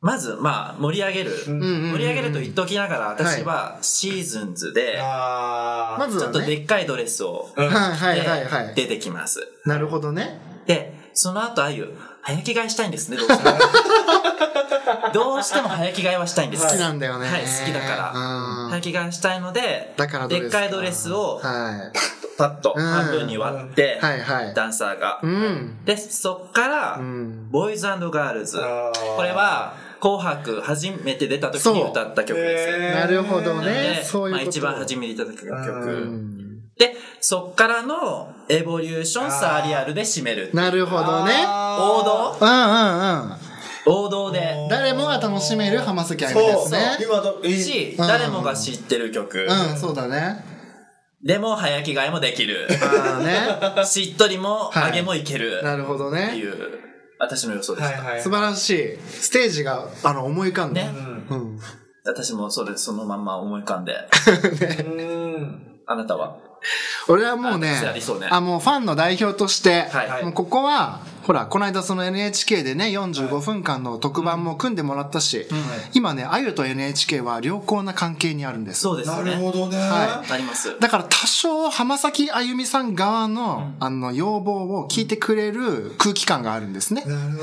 Speaker 2: まず、まあ、盛り上げる。
Speaker 3: うんうんうん
Speaker 2: 盛り上げると言っときながら、私はシーズンズで、
Speaker 1: あ
Speaker 3: まず
Speaker 2: ちょ
Speaker 3: は
Speaker 2: っとで
Speaker 3: ね。
Speaker 2: っかいドレスを
Speaker 1: ー。うん
Speaker 3: はいはいはいは
Speaker 2: 着て
Speaker 3: い。
Speaker 2: 出てきます。
Speaker 3: なるほどね。
Speaker 2: で、その後、あゆ、早着替えしたいんですね、どうしても。 <laughs> どうしても早着替えはしたいんです。
Speaker 3: 好きなんだよね。
Speaker 2: はい、好きだから。
Speaker 3: ら
Speaker 2: 早着替えしたいので、
Speaker 3: だからドレス
Speaker 2: でっかいドレスを
Speaker 3: は
Speaker 2: パッと
Speaker 3: うん
Speaker 2: 半分に割って
Speaker 3: い。、は
Speaker 2: <laughs>
Speaker 3: いはい。
Speaker 2: ダンサーが
Speaker 3: う。ん。
Speaker 2: で、そっから
Speaker 3: う、ん。
Speaker 2: ボーイズガールズ。
Speaker 1: あー
Speaker 2: これは、紅白初めて出た時に歌った曲です。
Speaker 1: えー
Speaker 3: なるほど
Speaker 2: なの
Speaker 3: ね
Speaker 2: で。
Speaker 3: そういう
Speaker 2: ま
Speaker 3: こ
Speaker 2: あ
Speaker 3: と。
Speaker 2: 一番初めにいただく
Speaker 3: う
Speaker 2: 曲。
Speaker 3: ん
Speaker 2: で、そっからのエボリューションサーリアルで締める。
Speaker 3: なるほどね。
Speaker 2: 王道
Speaker 3: うんうんうん。
Speaker 2: 王道で。
Speaker 3: 誰もが楽しめる浜崎あゆみで
Speaker 1: そう
Speaker 3: すね。
Speaker 1: 今ど、い
Speaker 2: し、
Speaker 3: うん
Speaker 2: 誰もが知ってる曲。
Speaker 3: うん、そうだね。
Speaker 2: でも、早着替えもできる。
Speaker 3: ああ
Speaker 2: しっとりも、
Speaker 3: はい
Speaker 2: 揚げもいける
Speaker 3: ね。。なるほど
Speaker 2: って
Speaker 3: ね。
Speaker 2: いう、私の予想で
Speaker 1: は
Speaker 2: し
Speaker 1: い
Speaker 2: た。
Speaker 1: はい。
Speaker 3: 素晴らしい。ステージが、あの、思い浮かんだ。
Speaker 2: ね
Speaker 1: うん
Speaker 3: うん。
Speaker 2: 私もそれ、そのまんま思い浮かんで。
Speaker 1: うん。
Speaker 2: あなたは
Speaker 3: 俺はもうね
Speaker 2: あ癖ありそうね、
Speaker 3: あ、もうファンの代表として、
Speaker 2: はい
Speaker 3: もうここは、ほら、この間その NHK でね、45分間の特番も組んでもらったし、今ね、あゆと NHK は良好な関係にあるんです。
Speaker 2: そうです
Speaker 1: な
Speaker 2: よ
Speaker 1: る
Speaker 2: ね。
Speaker 1: ほどね。
Speaker 3: は
Speaker 2: あります。
Speaker 3: だから多少浜崎あゆみさん側の、あの要望を聞いてくれる空気感があるんですね。
Speaker 1: なるほ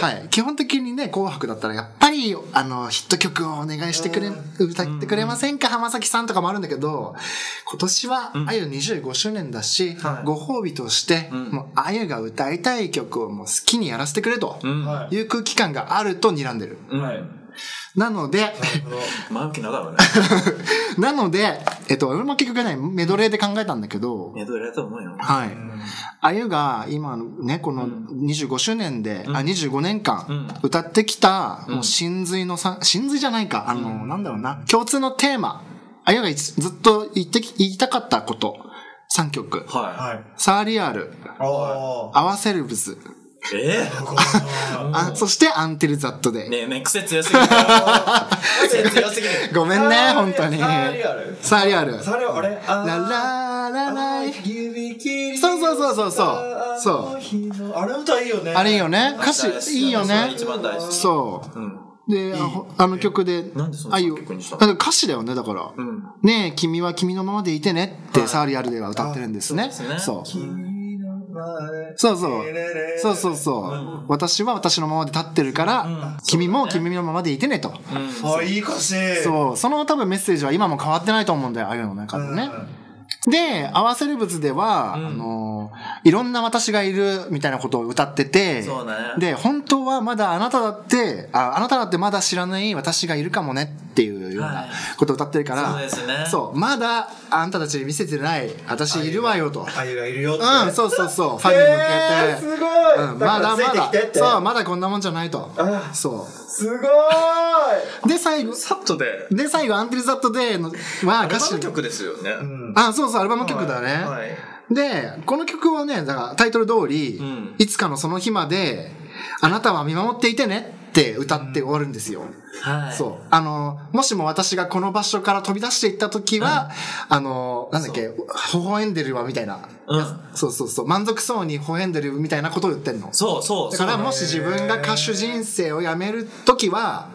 Speaker 1: ど。
Speaker 3: はい。基本的にね、紅白だったらやっぱり、あの、ヒット曲をお願いしてくれ、歌ってくれませんか、浜崎さんとかもあるんだけど、今年は、あゆ25周年だし、ご褒美として、もう、あゆが歌いたい曲をもう好きにやらせてくれと、
Speaker 1: は
Speaker 3: いう空気感があると睨んでる。
Speaker 2: うん。前
Speaker 3: なので、
Speaker 2: 置き
Speaker 7: <laughs>
Speaker 2: 長いわね。
Speaker 3: <laughs> なので、えっと、俺も結局ね、メドレーで考えたんだけど、
Speaker 2: メドレーだと思うよ。
Speaker 3: はい。あゆが今のね、この25周年で、あ、25年間
Speaker 2: うん
Speaker 3: 歌ってきた、もう真髄のさ、真髄じゃないか、あの、なんだろうな、共通のテーマ。あゆがいつずっと言ってき、言いたかったこと。3曲。
Speaker 2: は
Speaker 1: はい。
Speaker 3: サーリアル、
Speaker 1: おー。
Speaker 3: アワセルブズ、
Speaker 2: い。えー
Speaker 3: あそしてアンティルザットで。
Speaker 2: ねえねえ、癖強すぎる。癖強すぎる。
Speaker 3: ごめんね、本当に。
Speaker 1: サーリアル
Speaker 3: サーリアル。
Speaker 1: それあれ
Speaker 3: ラ
Speaker 1: あ
Speaker 3: ララライ。
Speaker 1: 指切り
Speaker 3: そうそうそうそうそうそう
Speaker 1: そうあれ歌いいよね
Speaker 3: あれいいよね。歌詞いいよ
Speaker 2: それが
Speaker 3: ね。
Speaker 2: 一番大事。
Speaker 3: そう。
Speaker 2: うん。
Speaker 3: で、あほあの曲で、
Speaker 2: なんでそんな
Speaker 3: ああいう
Speaker 2: 曲にした
Speaker 3: あ
Speaker 2: の
Speaker 3: の歌詞だよね、だから。
Speaker 2: うん。
Speaker 3: ねえ、君は君のままでいてねって、サーリアルでは歌ってるんですね。
Speaker 2: あそうですね
Speaker 3: そう。
Speaker 1: 君の前
Speaker 3: そうそう
Speaker 1: レレレ。
Speaker 3: そうそうそう。私は私のままで立ってるから、君も君のままでいてねと。
Speaker 1: あいい歌詞
Speaker 3: そう。その多分メッセージは今も変わってないと思うんだよ、ああいうの中でね。で、合わせる物では、あの、いろんな私がいるみたいなことを歌ってて、
Speaker 2: そうね
Speaker 3: で、本当はまだあなただってあ、あなただってまだ知らない私がいるかもねっていうよう
Speaker 2: は
Speaker 3: ないことを歌ってるから、
Speaker 2: そうですね
Speaker 3: そうまだあんたたちに見せてない私いるわよと。
Speaker 1: あゆがいるよって。
Speaker 3: うん、そうそうそう、ファンに向
Speaker 1: えー
Speaker 3: けて。
Speaker 1: すごい
Speaker 3: うん、
Speaker 1: だ
Speaker 3: ま
Speaker 1: から
Speaker 3: だ
Speaker 1: つい
Speaker 3: ま
Speaker 1: てきてっ
Speaker 3: だ
Speaker 1: て、
Speaker 3: そう、まだこんなもんじゃないと
Speaker 1: あ。
Speaker 3: そ。
Speaker 1: すごーいう
Speaker 3: で、最後、
Speaker 7: サットで、
Speaker 3: で、最後、アンティルザットデーの、は
Speaker 7: アル
Speaker 3: 歌
Speaker 7: バ
Speaker 3: 詞
Speaker 7: ム。曲ですよね。
Speaker 3: あ、そうそう、アルバム曲だね。
Speaker 7: はい。
Speaker 3: で、この曲はね、だからタイトル通り、
Speaker 7: ん
Speaker 3: いつかのその日まで、あなたは見守っていてねって歌って終わるんですよ。
Speaker 2: はい。
Speaker 3: そう。あの、もしも私がこの場所から飛び出していった時は、あの、なんだっけ、微笑んでるわみたいな、
Speaker 2: うん。
Speaker 3: そうそうそう。満足そうに微笑んでるみたいなことを言ってんの。
Speaker 2: そうそう。
Speaker 3: だから
Speaker 2: そうね
Speaker 3: もし自分が歌手人生を辞める時は、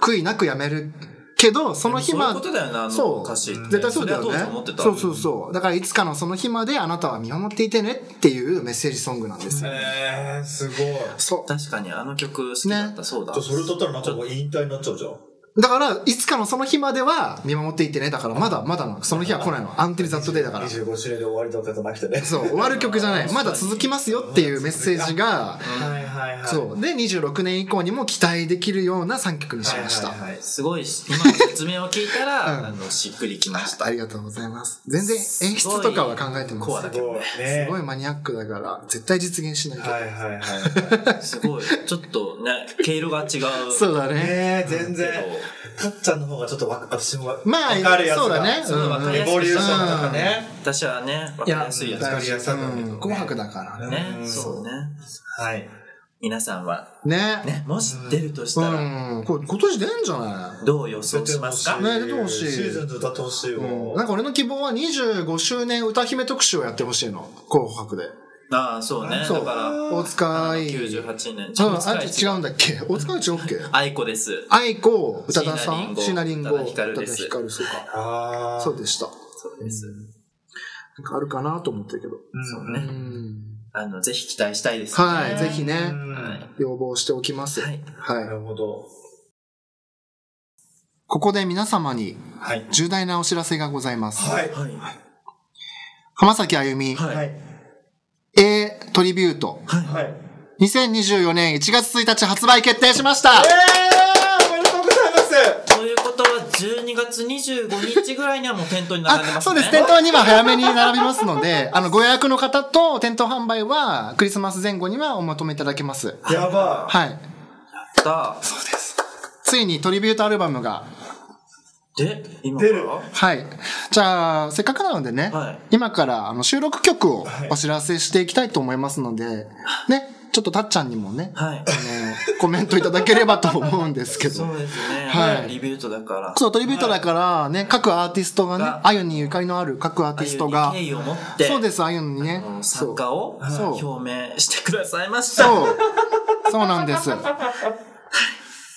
Speaker 3: 悔いなく辞めるけど、その日ま
Speaker 2: でもそういうことだよなあの
Speaker 3: そう
Speaker 2: 歌詞って
Speaker 3: 絶対そうだよ
Speaker 2: それ
Speaker 3: ね
Speaker 2: は当時思って。た
Speaker 3: そうそうそう。だからいつかのその日まであなたは見守っていてねっていうメッセージソングなんですよ。
Speaker 1: えー、すごい。じ
Speaker 3: そ
Speaker 2: 確かにあの曲好きだった、そうだ
Speaker 1: ゃあ。それだったらなんかもう引退になっちゃうじゃん。
Speaker 3: う。だから、いつかのその日までは見守っていてね。だからまだまだなのその日は来ないの。アンティリザットデイだから。
Speaker 1: 25周年で終わりだったとなくてね。
Speaker 3: そう、終わる曲
Speaker 2: <laughs>
Speaker 3: じゃない。まだ続きますよっていうメッセージ
Speaker 1: は
Speaker 3: が、
Speaker 1: いはいはい。
Speaker 3: そう。で、26年以降にも期待できるような3曲にしました
Speaker 1: はい。はいはい
Speaker 2: すごい
Speaker 3: <laughs>
Speaker 2: し、今の説明を聞いたら、
Speaker 3: うん
Speaker 2: あの、しっくりきました。
Speaker 3: ありがとうございます。全然演出とかは考えてます。
Speaker 2: コアだ
Speaker 1: す
Speaker 2: けど
Speaker 1: ごい
Speaker 2: ね。
Speaker 1: ね。
Speaker 3: すごいマニアックだから、絶対実現しないと。
Speaker 1: はいはいはい。
Speaker 2: すごい。ちょっとね、毛色が違う。
Speaker 3: <laughs> そうだね。
Speaker 1: ねえ、全然
Speaker 2: けど。
Speaker 1: かっちゃんの方がちょっとわか私もわ
Speaker 3: まあ
Speaker 1: わかるやつが。
Speaker 3: そうだね
Speaker 2: そうわかり
Speaker 1: エ
Speaker 2: やすい
Speaker 1: ボリューションとかね。
Speaker 2: 私はね、わかりやすいや
Speaker 1: わかりやすいやつだけどね
Speaker 3: うん紅白だから
Speaker 2: つ。
Speaker 3: ね。
Speaker 2: ね、そうね。
Speaker 1: はい。
Speaker 2: 皆さんは、
Speaker 3: ね。
Speaker 2: ね、もし出るとし
Speaker 3: う
Speaker 2: たら、
Speaker 3: ん。これ今年出んじゃない
Speaker 2: どう予想しますか
Speaker 3: ね出てほしい
Speaker 1: シーズンと歌ってほしいよ。
Speaker 3: なんか俺の希望は25周年歌姫特集をやってほしいの。紅白で。
Speaker 2: ああ、そうね。だ
Speaker 3: そう
Speaker 2: から、
Speaker 3: 大塚愛。うん、
Speaker 2: 98年。
Speaker 3: あれ違うんだっけ大塚愛違うっけ
Speaker 2: 愛子です。
Speaker 3: 愛子、宇多田さん、
Speaker 2: 椎
Speaker 3: シ
Speaker 2: 名
Speaker 3: ナ
Speaker 2: 林檎
Speaker 3: リンゴ、
Speaker 2: 宇多田ヒカルです
Speaker 3: 宇多田ヒカルそうか。
Speaker 1: ああ。
Speaker 3: そうでした。
Speaker 2: そうです。
Speaker 3: なんかあるかなと思ってるけど。
Speaker 2: そう
Speaker 3: う
Speaker 2: ね。
Speaker 3: ん。
Speaker 2: あの、ぜひ期待したいですね。
Speaker 3: はい、ぜひね、
Speaker 2: はい。
Speaker 3: 要望しておきます。
Speaker 2: はい。
Speaker 1: な
Speaker 3: はい。
Speaker 1: るほど。
Speaker 3: ここで皆様に
Speaker 1: はい。
Speaker 3: 重大なお知らせがございます。
Speaker 1: はい。
Speaker 2: はい。
Speaker 3: 浜崎あゆみ、
Speaker 2: はい。
Speaker 3: A トリビュート、
Speaker 1: はい。
Speaker 3: 2024年1月1日発売決定しました
Speaker 1: えーおめでとうございます
Speaker 2: ということは、12月25日ぐらいにはもう店頭に並んで
Speaker 3: あ、
Speaker 2: ます
Speaker 3: そ
Speaker 2: ね。
Speaker 3: うです。店頭には早めに並びますので、あの、ご予約の方と店頭販売は、クリスマス前後にはおまとめいただけます。
Speaker 1: やば
Speaker 3: はい。
Speaker 2: だ
Speaker 3: ついにトリビュートアルバムが、
Speaker 2: で、今
Speaker 1: 出る
Speaker 3: はい。じゃあ、せっかくなのでね、
Speaker 2: はい
Speaker 3: 今からあの収録曲をお知らせしていきたいと思いますので、ね、ちょっとたっちゃんにもね、
Speaker 2: はい。
Speaker 3: あの、コメントいただければと思うんです
Speaker 2: <laughs>
Speaker 3: けど。
Speaker 2: そうですね。
Speaker 3: はい
Speaker 2: リビュートだから。
Speaker 3: そう、トリビュートだからね、各アーティストがね
Speaker 2: が、
Speaker 3: あゆにゆかりのある各アーティストが
Speaker 2: ああいう、敬意を持って、
Speaker 3: そうです、あゆにね。そ
Speaker 2: 参
Speaker 3: う
Speaker 2: 加を
Speaker 3: そう
Speaker 2: 表明してくださいました。
Speaker 3: そう。そうなんです。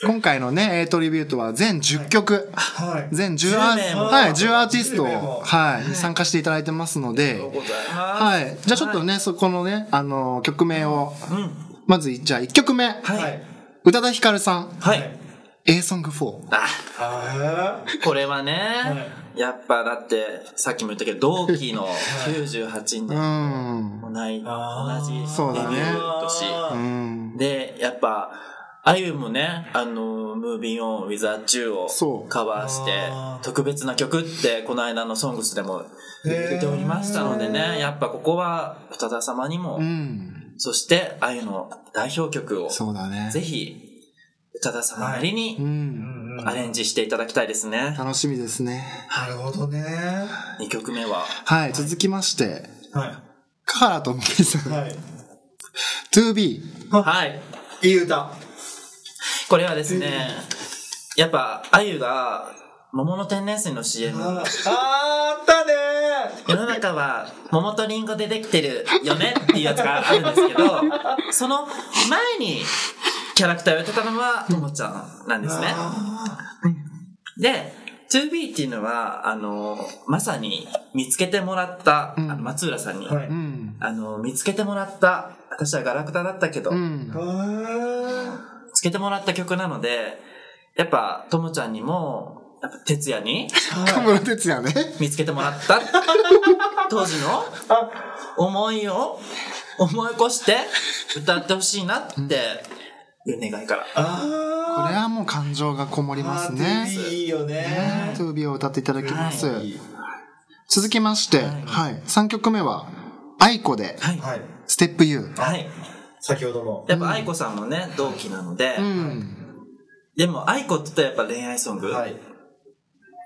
Speaker 3: 今回のね、A トリビュートは全10曲、
Speaker 1: はい。
Speaker 3: 全10ア
Speaker 2: 10名
Speaker 3: ー、
Speaker 2: も
Speaker 3: はい、10アーティスト
Speaker 1: 10名も
Speaker 3: を、はい、参加していただいてますの
Speaker 2: あり
Speaker 3: で、
Speaker 2: がとうございます。
Speaker 3: はい。じゃあちょっとね、そこのね、あのー曲名を、まず、じゃあ1曲目、
Speaker 2: はい。
Speaker 3: 宇多田ヒカルさん、
Speaker 2: はい。
Speaker 3: A ソング4。
Speaker 2: あ、
Speaker 1: あ
Speaker 2: これはね、やっぱだって、さっきも言ったけど、同期の98
Speaker 3: う
Speaker 2: 年、
Speaker 3: ん。
Speaker 2: 同い、
Speaker 1: あ
Speaker 2: 同じデビュ
Speaker 3: そうだね
Speaker 2: ー
Speaker 1: あ
Speaker 2: 年。
Speaker 3: うん。
Speaker 2: で、やっぱ、あゆもね、あの、ムービーオン、ウィザーチュー
Speaker 3: そ
Speaker 2: を
Speaker 3: う
Speaker 2: カバーして
Speaker 1: あ、ー
Speaker 2: 特別な曲って、この間のソングスでも
Speaker 1: へー
Speaker 2: 出ておりましたのでね、やっぱここは、宇多田様にも、
Speaker 3: うん。
Speaker 2: そして、あゆの代表曲を、
Speaker 3: そうだね。
Speaker 2: ぜひ、宇多田様なり
Speaker 3: う。
Speaker 2: に
Speaker 1: ーうんんうん
Speaker 2: アレンジしていただきたいですね。
Speaker 3: 楽しみですね。
Speaker 1: なるほどね。
Speaker 2: 2曲目は、
Speaker 3: はい、続きまして、
Speaker 1: は
Speaker 3: カ原智美さ
Speaker 1: い。
Speaker 3: ん、
Speaker 1: はい。
Speaker 3: 2B。
Speaker 2: はい。
Speaker 1: いい歌。
Speaker 2: これはですね、やっぱ、あゆが、桃の天然水の CM、
Speaker 1: あーあったね
Speaker 2: 世の中は桃とリンゴでできてるよねっていうやつがあるんですけど、その前にキャラクターをやってたのはともちゃんなんですね。で、2B っていうのは、あの、まさに見つけてもらった、
Speaker 3: うん。
Speaker 2: あの松浦さんに、
Speaker 1: はいう
Speaker 3: ん。
Speaker 2: あの、見つけてもらった、私はガラクタだったけど、
Speaker 3: うん。
Speaker 1: あ
Speaker 2: つけてもらった曲なので、やっぱ、ともちゃんにも、やっぱ、哲也に
Speaker 3: 小室哲也ね。
Speaker 2: 見つけてもらった
Speaker 3: <laughs>
Speaker 2: 当時の思いを思い起こして歌ってほしいなっていう願いから。
Speaker 3: こ
Speaker 1: あ
Speaker 3: れはもう感情がこもります
Speaker 1: あ
Speaker 3: ね。
Speaker 1: いいよね
Speaker 3: ね。トゥービーを歌っていただきます。
Speaker 1: いい
Speaker 3: 続きまして、
Speaker 2: はい
Speaker 3: はい、三3曲目は、愛子で、
Speaker 2: はい。
Speaker 1: はい。
Speaker 3: ステップ U。
Speaker 2: はい。
Speaker 1: 先ほどの。
Speaker 2: やっぱ愛子さんもね、同期なので、
Speaker 3: うん。
Speaker 2: でも愛子って言ったらやっぱ恋愛ソング。
Speaker 1: はい。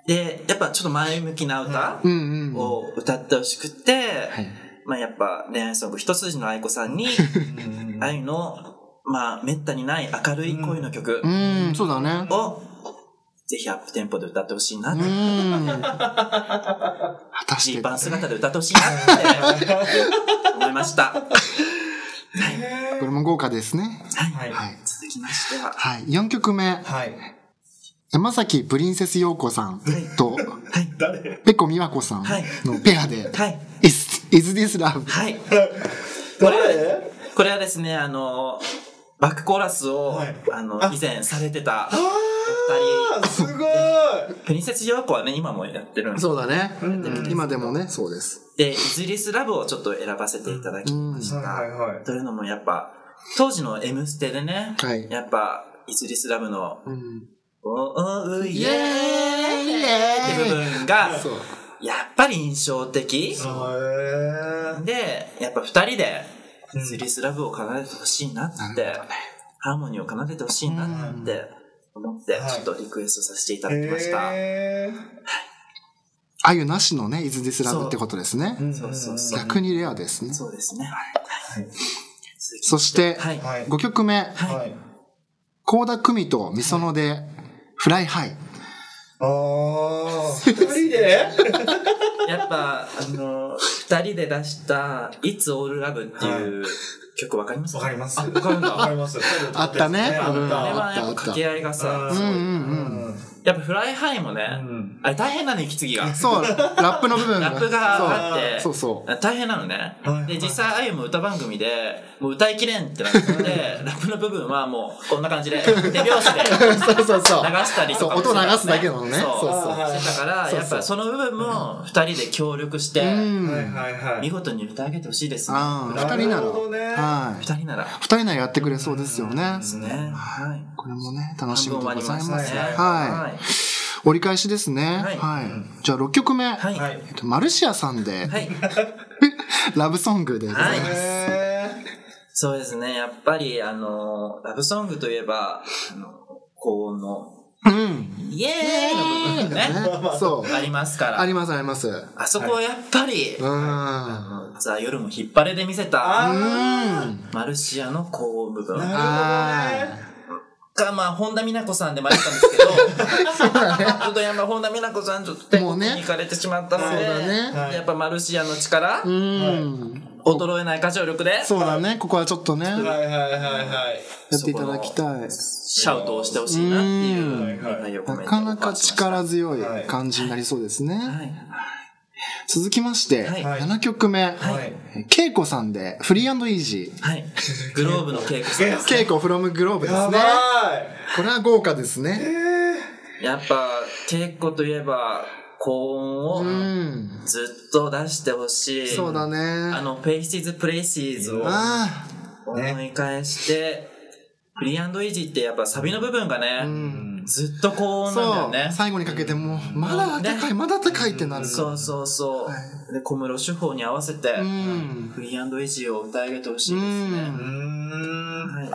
Speaker 2: で、やっぱちょっと前向きな歌
Speaker 3: うんうん。は
Speaker 2: を歌ってほしくて、
Speaker 3: い。
Speaker 2: まあやっぱ恋愛ソング一筋の愛子さん
Speaker 3: <laughs>
Speaker 2: に、愛の、まあ滅多にない明るい恋の曲
Speaker 3: うん、そうだね。
Speaker 2: を、ぜひアップテンポで歌ってほしいな
Speaker 3: う
Speaker 2: って
Speaker 3: ん。果た
Speaker 2: ジ
Speaker 3: し
Speaker 2: ー
Speaker 3: て
Speaker 2: パ、ン姿で歌ってほしいなって思いました。
Speaker 3: これも豪華ですね。
Speaker 1: はい。
Speaker 3: はい。
Speaker 2: 続きましては、
Speaker 3: はい。4曲目、
Speaker 1: はい。
Speaker 3: 山崎プリンセス陽子さんと、
Speaker 1: 誰
Speaker 3: ペコ美和子さん
Speaker 2: はい
Speaker 3: のペアで、
Speaker 2: はい、
Speaker 3: Is, Is This Love?
Speaker 2: はい。
Speaker 1: 誰
Speaker 2: これはですね、あの、バックコーラスを、
Speaker 1: はい
Speaker 2: あの、以前されてた、
Speaker 1: あーすごい
Speaker 2: プリンセス・ヨーコはね、今もやってるんです
Speaker 3: そうだね。今でもね、そうです。
Speaker 2: で、イズリス・ラブをちょっと選ばせていただきました。
Speaker 1: はいはいはい
Speaker 2: というのもやっぱ、当時の M ステでね、
Speaker 3: はい
Speaker 2: やっぱ、イズリス・ラブの、
Speaker 3: うん
Speaker 2: おーおーイ
Speaker 3: イ
Speaker 2: エ
Speaker 3: エ
Speaker 2: ー
Speaker 3: ー
Speaker 2: イ
Speaker 3: イイ
Speaker 2: って部
Speaker 3: エーイ
Speaker 2: 分が、
Speaker 3: そう。
Speaker 2: やっぱり印象的。
Speaker 1: へ
Speaker 2: で、やっぱ二人で、スリスラブを奏でてほしいなって、ハーモニーを奏でてほしいなって思って、
Speaker 1: はい
Speaker 2: ちょっとリクエストさせていただきました。
Speaker 1: え
Speaker 3: あゆなしのね、Is This Love ってことですね。
Speaker 2: そうそうそう。
Speaker 3: 逆にレアですね。
Speaker 2: そうですね。
Speaker 3: そして、
Speaker 2: はい。
Speaker 1: はい
Speaker 3: 5曲目、
Speaker 1: はい
Speaker 3: 高田久美とみそので、フライハイ。
Speaker 1: ああ二人で
Speaker 2: やっぱ、あの、二人で出した、いつオールラブっていう曲わかります
Speaker 1: わかります
Speaker 2: あ、わかるんだ。
Speaker 1: わ
Speaker 2: あ
Speaker 1: か
Speaker 2: れ
Speaker 1: ります
Speaker 3: あったね
Speaker 1: あっ
Speaker 2: はやっぱ
Speaker 3: あった
Speaker 2: 掛け合いがさ、
Speaker 1: うん
Speaker 2: す
Speaker 3: う
Speaker 2: ご
Speaker 3: ん
Speaker 2: い
Speaker 1: う
Speaker 3: うんうん。
Speaker 1: ん
Speaker 2: やっぱフライハイもね、
Speaker 1: ん
Speaker 2: あれ大変なの、息継ぎが。
Speaker 3: そう、ラップの部分が。
Speaker 2: ラップがあって、
Speaker 3: そうそうそ
Speaker 2: 大変なのね
Speaker 1: はいは。い
Speaker 2: で、実際、あゆも歌番組で、もう歌いきれんってな
Speaker 3: <laughs>
Speaker 2: って、ラップの部分はもう、こんな感じで、手拍子で流
Speaker 3: う。そうそうそう。
Speaker 2: したりとかもしてた
Speaker 3: そう
Speaker 2: のね。
Speaker 3: 音流すだけなのね
Speaker 2: そう
Speaker 3: そう
Speaker 1: そう
Speaker 2: してたから、やっぱその部分も、二人で協力して、
Speaker 3: うん。
Speaker 1: はいはいは
Speaker 2: 見
Speaker 1: い
Speaker 2: 事に歌い上げてほしいですね。
Speaker 3: ああ、
Speaker 1: な
Speaker 3: 二人な
Speaker 1: るほどね
Speaker 3: ら。はい。
Speaker 2: 二人なら。
Speaker 3: 二人ならやってくれそうですよね。
Speaker 2: ね。はい。
Speaker 3: これもね、楽し
Speaker 2: 半
Speaker 3: み
Speaker 2: 分
Speaker 3: で
Speaker 2: 終わ
Speaker 3: ご
Speaker 2: り
Speaker 3: ざ
Speaker 2: ま
Speaker 3: い
Speaker 2: した
Speaker 3: ま
Speaker 2: ね。
Speaker 3: す。
Speaker 2: は。
Speaker 3: はいい。折り返しですね。
Speaker 2: はい
Speaker 3: はい。じゃあ6曲目。
Speaker 2: はい。
Speaker 1: は
Speaker 2: はい。
Speaker 1: い
Speaker 3: えっとマルシアさんで、
Speaker 2: はい。
Speaker 3: ラブソングでございます。
Speaker 1: へ
Speaker 2: そうですね。やっぱり、あの、ラブソングといえば、あの、高音の、
Speaker 3: うん。
Speaker 2: イエーイの部分ね。
Speaker 3: ねそう。
Speaker 2: ありますから。
Speaker 3: ありますあります。うん。
Speaker 2: あそこはやっぱり、
Speaker 3: あ
Speaker 2: ザ・夜も引っ張れで見せ
Speaker 1: あ
Speaker 2: た、
Speaker 1: ー
Speaker 2: マルシアの高音部分
Speaker 1: なる
Speaker 3: あ
Speaker 2: が、まあ、本田美奈子さんでもあったんですけど、ちょっとやっぱ本田美奈子さんちょっと天
Speaker 3: もう
Speaker 2: 国
Speaker 3: ね
Speaker 2: に行かれてしまったので、
Speaker 3: そうだね
Speaker 1: はい
Speaker 2: やっぱマルシアの力、
Speaker 3: ーうん。
Speaker 2: 衰えない歌唱力で、
Speaker 3: そうだね、ここはちょっとね、
Speaker 1: ほどね
Speaker 3: や
Speaker 1: はいはいはいはい
Speaker 3: っていただきたい。
Speaker 2: シャウトをしてほしいなっていう願いを込
Speaker 3: な
Speaker 2: めて
Speaker 3: かなか
Speaker 2: オファーしました
Speaker 3: 力強
Speaker 1: はいい
Speaker 3: 感じになりそうですね。
Speaker 2: はい。
Speaker 3: 続きまして、
Speaker 2: はい
Speaker 3: 7曲目、
Speaker 1: はい
Speaker 3: ケイコさんで、フリーイージー。
Speaker 2: はい。グローブの稽古さん。
Speaker 3: ケイコフロムグローブです
Speaker 1: や
Speaker 3: ね。
Speaker 1: ばい
Speaker 3: これは豪華ですね。
Speaker 2: やっぱ、稽古といえば、高
Speaker 3: う
Speaker 2: 音を
Speaker 3: ん。
Speaker 2: ずっと出してほしい。
Speaker 3: そうだね。
Speaker 2: あの、Faces Places を
Speaker 3: あ
Speaker 2: 思い返して、フリーイージーってやっぱサビの部分がね、ずっと高
Speaker 3: あ、
Speaker 2: 音な
Speaker 3: そ
Speaker 2: ん
Speaker 3: う、
Speaker 2: だよね。
Speaker 3: 最後にかけてもう、まだ高い、まだ高いってなる。
Speaker 2: そうそうそう。で、小室手法に合わせて、
Speaker 3: ん
Speaker 2: フリーイージーを歌い上げてほしいですね。
Speaker 3: う
Speaker 1: うーん
Speaker 2: はい。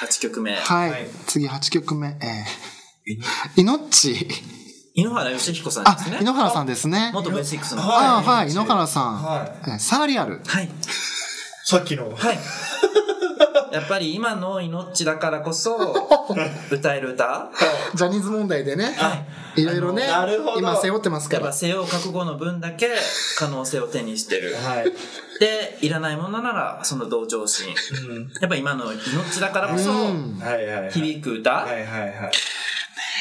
Speaker 2: 8曲目。
Speaker 3: はい。
Speaker 1: はい
Speaker 3: 次8曲目、えー、イノッチ。
Speaker 2: 井ノ原義彦さん
Speaker 3: あ
Speaker 2: です、
Speaker 3: 井
Speaker 2: ね。
Speaker 3: ノ原さんですね。
Speaker 2: 元 V6 の。
Speaker 1: は
Speaker 2: はい
Speaker 3: ああ、はい、井ノ原さん。
Speaker 1: は
Speaker 3: えーサーリアル。
Speaker 2: い。
Speaker 1: さっきの
Speaker 2: はい。やっぱり今の命だからこそ、歌える歌
Speaker 3: ジャニーズ問題でね、いろいろね
Speaker 1: なるほ、ど
Speaker 3: 今背負ってますか
Speaker 2: やっぱ
Speaker 3: ら。
Speaker 2: 背負う覚悟の分だけ可能性を手にしてる。
Speaker 1: はい
Speaker 2: で、いらないものなら、その同情心。やっぱ今の命だからこそ、
Speaker 3: うん。
Speaker 1: はいはいはい
Speaker 2: 響く歌、
Speaker 1: はいはいはい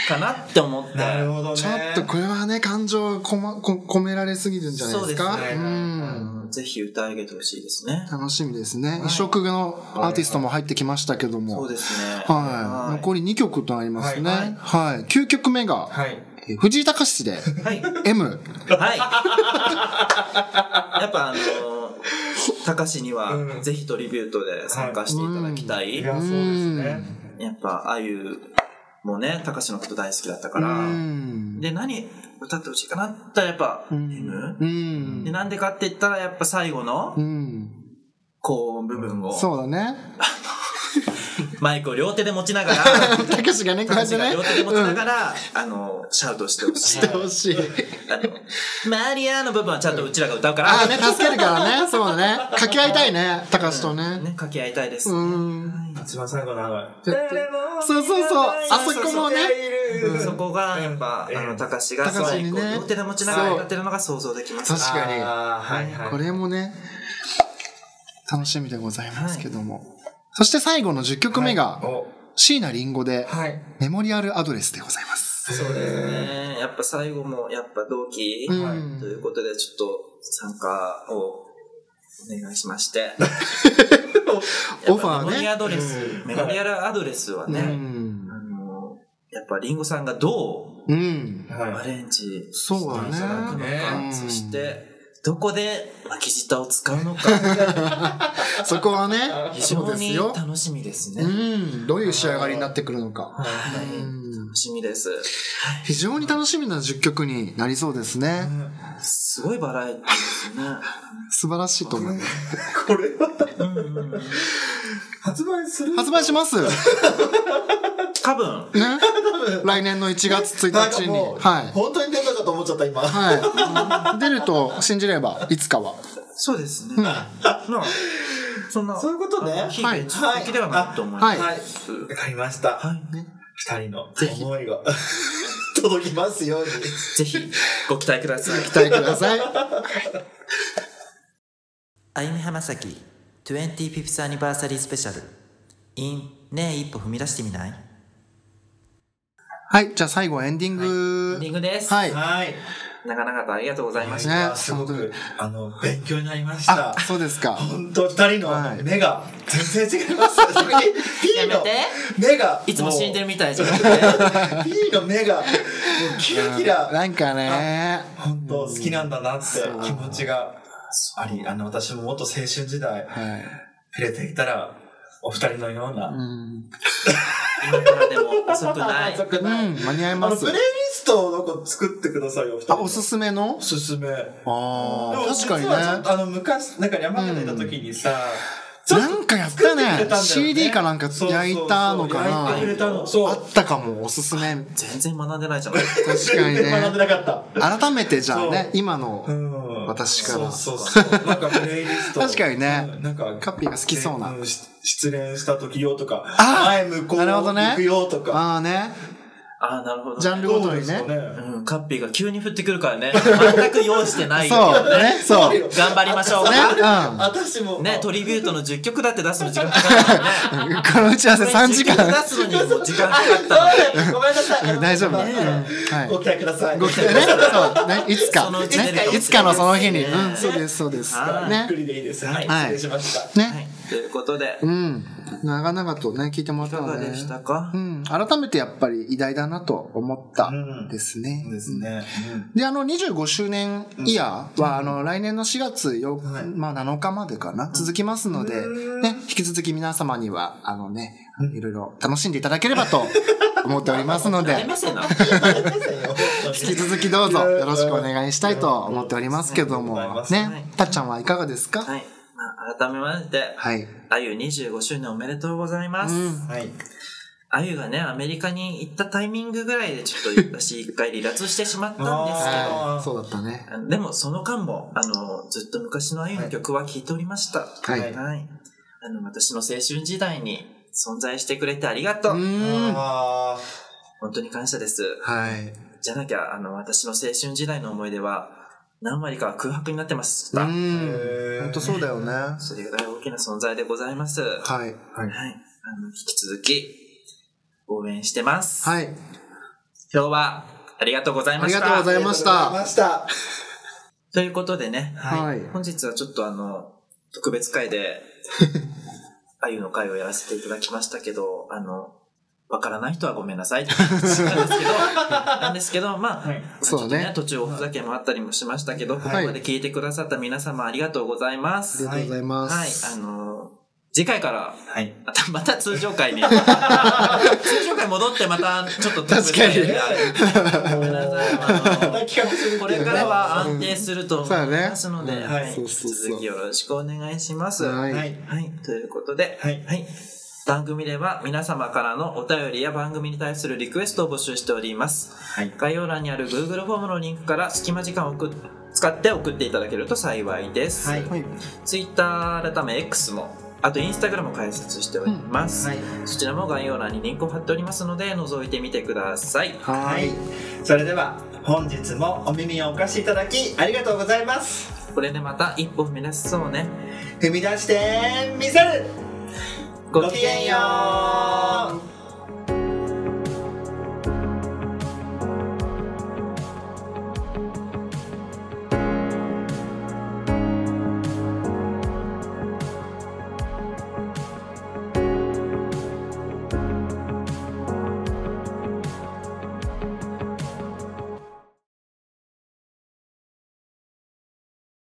Speaker 2: かなって思って。
Speaker 1: なるほどね。
Speaker 3: ちょっとこれはね、感情こ、ま、こ込められすぎるんじゃないですか。
Speaker 2: そうです
Speaker 1: ね
Speaker 2: う
Speaker 3: ん
Speaker 2: んぜひ歌い上げてほしいですね。
Speaker 3: 楽しみですね。異色のアーティストも入ってきましたけども。
Speaker 2: そうですね。
Speaker 3: はい。残り2曲となりますね。
Speaker 1: は
Speaker 3: はいい。9曲目が、
Speaker 1: はい。
Speaker 3: えー藤井隆で、
Speaker 2: はい。
Speaker 3: M。
Speaker 2: はい。やっぱあのー、たかしに
Speaker 1: う
Speaker 2: は
Speaker 1: ん
Speaker 2: ぜひトリビュートで参加していただきたい。
Speaker 1: いや、そうですね。
Speaker 2: やっぱあゆもね、たかしのこと大好きだったか
Speaker 3: う
Speaker 2: ら。
Speaker 3: ん。
Speaker 2: で、何歌ってほしいかなって言ったらやっぱ、
Speaker 3: うん
Speaker 2: M?
Speaker 3: う
Speaker 2: で、
Speaker 3: ん。
Speaker 2: なんでかって言ったらやっぱ最後の
Speaker 3: うん。
Speaker 2: 高音部分を、
Speaker 3: そうだね。
Speaker 2: マイクを両手で持ちなが
Speaker 3: <laughs>
Speaker 2: ら、
Speaker 3: たけしがね、こうやって
Speaker 2: 私が
Speaker 3: ね
Speaker 2: 両。手で持ちながら、あの、シャウトしてほしい
Speaker 3: し。てほしい。
Speaker 2: あの、マリアの部分はちゃんとうちらが歌うから、
Speaker 3: ああね、助けるからね。そうだね。掛け合いたいね、たかしとね。
Speaker 2: ね、掛け合いたいです。
Speaker 3: うん。
Speaker 1: 一番最後のあの、
Speaker 3: そうそうそう。あそこもね。
Speaker 1: うん
Speaker 2: そこが、やっぱ、あの、たかしが、
Speaker 3: たかしにね
Speaker 2: そうこう両手で持ちながら歌ってるのが想像できます。
Speaker 3: 確かに。
Speaker 1: あーはいはい。
Speaker 3: これもね、楽しみでございますけども。そして最後の10曲目が、
Speaker 1: お
Speaker 3: 椎名林檎で、
Speaker 1: はい。
Speaker 3: メモリアルアドレスでございます。
Speaker 2: そうですね。やっぱ最後も、やっぱ同期、
Speaker 3: う。
Speaker 2: というんことで、ちょっと参加をお願いしまして。
Speaker 3: <laughs> オファーね
Speaker 2: メモリアドレス、メモリアルアドレスは
Speaker 3: う
Speaker 2: ね、
Speaker 3: ん
Speaker 2: あ。の、やっぱりんごさんがど
Speaker 3: うん。
Speaker 2: うア
Speaker 1: はい。
Speaker 2: レンジ
Speaker 3: そうだね
Speaker 2: していただくのか、
Speaker 3: ね
Speaker 2: そして、どこで巻き舌を使うのか、
Speaker 3: そこはね、
Speaker 2: 非
Speaker 3: そう
Speaker 2: 常
Speaker 3: で
Speaker 2: に
Speaker 3: すよ。
Speaker 2: 楽しみですね。
Speaker 3: う
Speaker 2: 楽
Speaker 3: ん。どういう仕上がりになってくるのか。うん
Speaker 2: しみです。
Speaker 3: 非常に楽しみな10曲になりそうですね。
Speaker 2: すごいバラエティーですね。
Speaker 3: 素晴らしいと思います。
Speaker 1: これは
Speaker 2: うんうんうん
Speaker 1: 発売する
Speaker 3: 発売し
Speaker 2: <laughs>
Speaker 3: ますね
Speaker 2: 多分、
Speaker 3: 来年の1月
Speaker 1: なん
Speaker 3: 1
Speaker 1: か
Speaker 3: 日に。
Speaker 1: もう、
Speaker 3: はい。
Speaker 1: 本当に出たかと思っちゃった、今。
Speaker 3: はい。出ると信じれば、いつかは。
Speaker 2: そうですね。まあ、そんな、
Speaker 1: そういうことね
Speaker 2: あの非現実的ではないと思います。
Speaker 3: はい。
Speaker 1: はい。わかりました。二人の思いが <laughs> 届きますように。
Speaker 2: ぜひ、ご期待ください。
Speaker 3: 期待ください。
Speaker 4: あゆみ浜崎 20th Anniversary Special in ねえ一歩踏み出してみない
Speaker 3: はい。じゃあ最後エンディン
Speaker 2: エンディン
Speaker 3: グ。
Speaker 2: グです。
Speaker 3: はい。
Speaker 1: はい。
Speaker 2: 長々とありがとうございまし
Speaker 3: ね
Speaker 2: た。
Speaker 1: あすごく、あの、勉強になりました
Speaker 3: あ、。そうですか。
Speaker 1: 本当二人
Speaker 3: は
Speaker 1: の
Speaker 3: い
Speaker 1: 目が全然違います。P
Speaker 3: <laughs>
Speaker 2: や
Speaker 1: の
Speaker 2: めて
Speaker 1: 目が。
Speaker 2: いつも死ん
Speaker 1: る。
Speaker 2: でるみたいじゃ <laughs> なくて。
Speaker 1: P の目が、もうキラキラ、
Speaker 3: なんかね。
Speaker 1: 本当好きなんだなって気持ちがあり、あの、私ももっと青春時代、
Speaker 3: はい。
Speaker 1: 触れていたら、お二人のよう
Speaker 3: う
Speaker 1: な。
Speaker 3: ん。
Speaker 2: 今からでも遅くない。
Speaker 1: あ
Speaker 3: うん、間に合いま
Speaker 1: の、
Speaker 3: す
Speaker 1: プレイ。リストをなんか作ってくださいよ、お二人
Speaker 3: あ、。おすすめの
Speaker 1: おすすめ。
Speaker 3: あ
Speaker 1: でも
Speaker 3: あ、確かに
Speaker 1: 実
Speaker 3: ね。
Speaker 1: はちょっとあの、昔、なんか山形にいた時にさ、ちょっと
Speaker 3: なんかやった
Speaker 1: 作ってくれ
Speaker 3: ね
Speaker 1: たんだ。よ
Speaker 3: CD かなんか焼いた
Speaker 1: そうそう
Speaker 3: のか
Speaker 1: そう焼いてく
Speaker 3: な。
Speaker 1: れたの。そ
Speaker 3: あ
Speaker 1: う。
Speaker 3: ったかも、おすすめ。
Speaker 2: 全然学んでないじゃ <laughs> ない。
Speaker 3: 確かに
Speaker 1: 全然学んで
Speaker 3: ね。
Speaker 1: なかった。
Speaker 3: 改めてじゃあ
Speaker 1: そう
Speaker 3: ね、今の
Speaker 1: うん
Speaker 3: 私から
Speaker 1: そうそうそう。なんかプレイリスト。
Speaker 3: <laughs> 確かにね
Speaker 1: うんなんか、
Speaker 3: カッピーが好きそうな
Speaker 1: うんし失恋した時よとか、
Speaker 3: あ
Speaker 1: 前向こう
Speaker 3: なるほどね
Speaker 1: 行くよとか。
Speaker 3: ああね、
Speaker 2: ああ、なるほど、
Speaker 3: ジャンル
Speaker 1: ど
Speaker 3: ご
Speaker 1: う
Speaker 3: と
Speaker 1: で
Speaker 3: に
Speaker 1: すか
Speaker 3: ね。
Speaker 2: うん、カッピーが急に降ってくるからね。全く用意してないよ。
Speaker 3: そう、ね、そう。ね、
Speaker 2: 頑張りましょうか。
Speaker 3: う
Speaker 1: 私も。
Speaker 2: ね、トリビュートの10曲だって出すの時間かか <laughs> ったからね。
Speaker 3: ん。この打ち合わせ3時
Speaker 2: 10曲
Speaker 3: 間。
Speaker 2: 出すのにもう時間か
Speaker 1: あ
Speaker 2: か <laughs>
Speaker 1: そうだごめんなさい。
Speaker 3: <laughs> 大丈夫。うん
Speaker 1: ね
Speaker 3: はい
Speaker 1: ご。期待ください。
Speaker 3: ご期待ね。そう。ね、いつか。
Speaker 2: そのうち出る
Speaker 3: ね
Speaker 2: よ、
Speaker 3: いつかのその日に。
Speaker 2: ね
Speaker 3: うん、そうです、そうです。
Speaker 2: は
Speaker 1: ゆ
Speaker 2: い
Speaker 1: っ
Speaker 3: ね
Speaker 1: く。りでいいです。はい。
Speaker 3: は
Speaker 1: 失
Speaker 3: い
Speaker 1: 礼しました。
Speaker 2: った。は
Speaker 3: ね。
Speaker 2: い。ということで、
Speaker 3: うん。長々とね、聞いてもら
Speaker 2: い
Speaker 3: っ
Speaker 2: か
Speaker 3: た
Speaker 2: が
Speaker 3: ので
Speaker 2: で。したか
Speaker 3: うん。改めてやっぱり偉大だなと思った
Speaker 1: うん
Speaker 3: ですね。
Speaker 1: ですね。
Speaker 3: で、あの、25周年イヤーは、あの、来年の4月よ、
Speaker 1: はい
Speaker 3: まあ、7日までかな、続きますので、ね、引き続き皆様には、あのね、いろいろ楽しんでいただければと思っておりますの
Speaker 2: あ <laughs> り
Speaker 3: で、
Speaker 2: ませんな。
Speaker 3: 引き続きどうぞよろしくお願いしたいと思っておりますけども
Speaker 1: ありがとうご、ざいます
Speaker 2: はい
Speaker 3: ね、たっちゃんはいかがですか
Speaker 2: はい。まあ、改めまして、
Speaker 3: はい。
Speaker 2: あゆ25周年おめでとうございます。
Speaker 3: うん
Speaker 1: はい。
Speaker 2: あゆがね、アメリカに行ったタイミングぐらいでちょっと
Speaker 3: <laughs>
Speaker 2: 私一回離脱してしまったんですけど、
Speaker 1: あ
Speaker 3: は
Speaker 1: ー
Speaker 3: い。そうだったね。
Speaker 2: あのでもその間も、あの、ずっと昔のあゆの曲は聴いておりました。
Speaker 3: はい。
Speaker 1: はいう
Speaker 2: はい。あの、私の青春時代に存在してくれてありがとう。
Speaker 3: ーん。は
Speaker 1: あ
Speaker 2: 本当に感謝です。
Speaker 3: い。
Speaker 2: じゃなきゃ、あの、私の青春時代の思い出は、何割かは空白になってまし
Speaker 3: う
Speaker 2: た。
Speaker 1: へ
Speaker 3: ん。
Speaker 1: ー
Speaker 3: 本当そうだよね。は
Speaker 2: それぐらい大きな存在でございます。はい。
Speaker 3: い。
Speaker 2: あの、引き続き、応援してます。
Speaker 3: はい。
Speaker 2: 今日はありがとうござい
Speaker 3: あ
Speaker 2: ま
Speaker 3: り
Speaker 2: した。
Speaker 3: がとうございまし
Speaker 1: ありがとうござい
Speaker 3: た。
Speaker 1: ました。
Speaker 2: ということでね、
Speaker 3: はい
Speaker 2: 本日はちょっとあの、特別
Speaker 6: <laughs>
Speaker 2: 会で、あゆの会をやらせていただきましたけど、あの、わからない人はごめんなさいって話なんで
Speaker 6: <laughs>
Speaker 2: すけど、なんですけど、まあ、
Speaker 6: はい
Speaker 2: ちょっ
Speaker 3: そう
Speaker 2: とね
Speaker 3: ね。
Speaker 2: 途中おふざけもあったりもしましたけど、ここ
Speaker 3: はい
Speaker 2: まで聞いてくださった皆様ありがとうございま
Speaker 3: あり
Speaker 2: す。
Speaker 3: がとうございま
Speaker 2: はい、あ
Speaker 3: す。
Speaker 2: の、次回から、
Speaker 6: はい。
Speaker 2: また、また通常会
Speaker 3: <laughs>
Speaker 2: ね。通常会戻ってまた、ちょっと
Speaker 3: 確かに
Speaker 2: 特別会ごめんなさい。あの
Speaker 1: また企画する
Speaker 2: これからは安定すると思いますので、
Speaker 6: うんそうだねはい
Speaker 2: 引き続きよろしくお願いします。は。
Speaker 3: はいい。
Speaker 6: はい。
Speaker 2: ということで、
Speaker 6: はい
Speaker 2: 番組では皆様からのお便りや番組に対するリクエストを募集しております。
Speaker 6: はい。
Speaker 2: 概要欄にある Google フォームのリンクから隙間時間を送っ使って送っていただけると幸いです。
Speaker 6: はい。
Speaker 3: はい。
Speaker 2: Twitter 改め X も、あと Instagram も開設しております。そちらも概要欄にリンクを貼っておりますので、覗いてみてください。
Speaker 6: は
Speaker 3: はい
Speaker 6: い。。それでは、本日もお耳をお貸しいただき、ありがとうございます。
Speaker 2: これでまた一歩踏み出せそうね。
Speaker 6: 踏み出して、見せる
Speaker 2: ごきげんよう。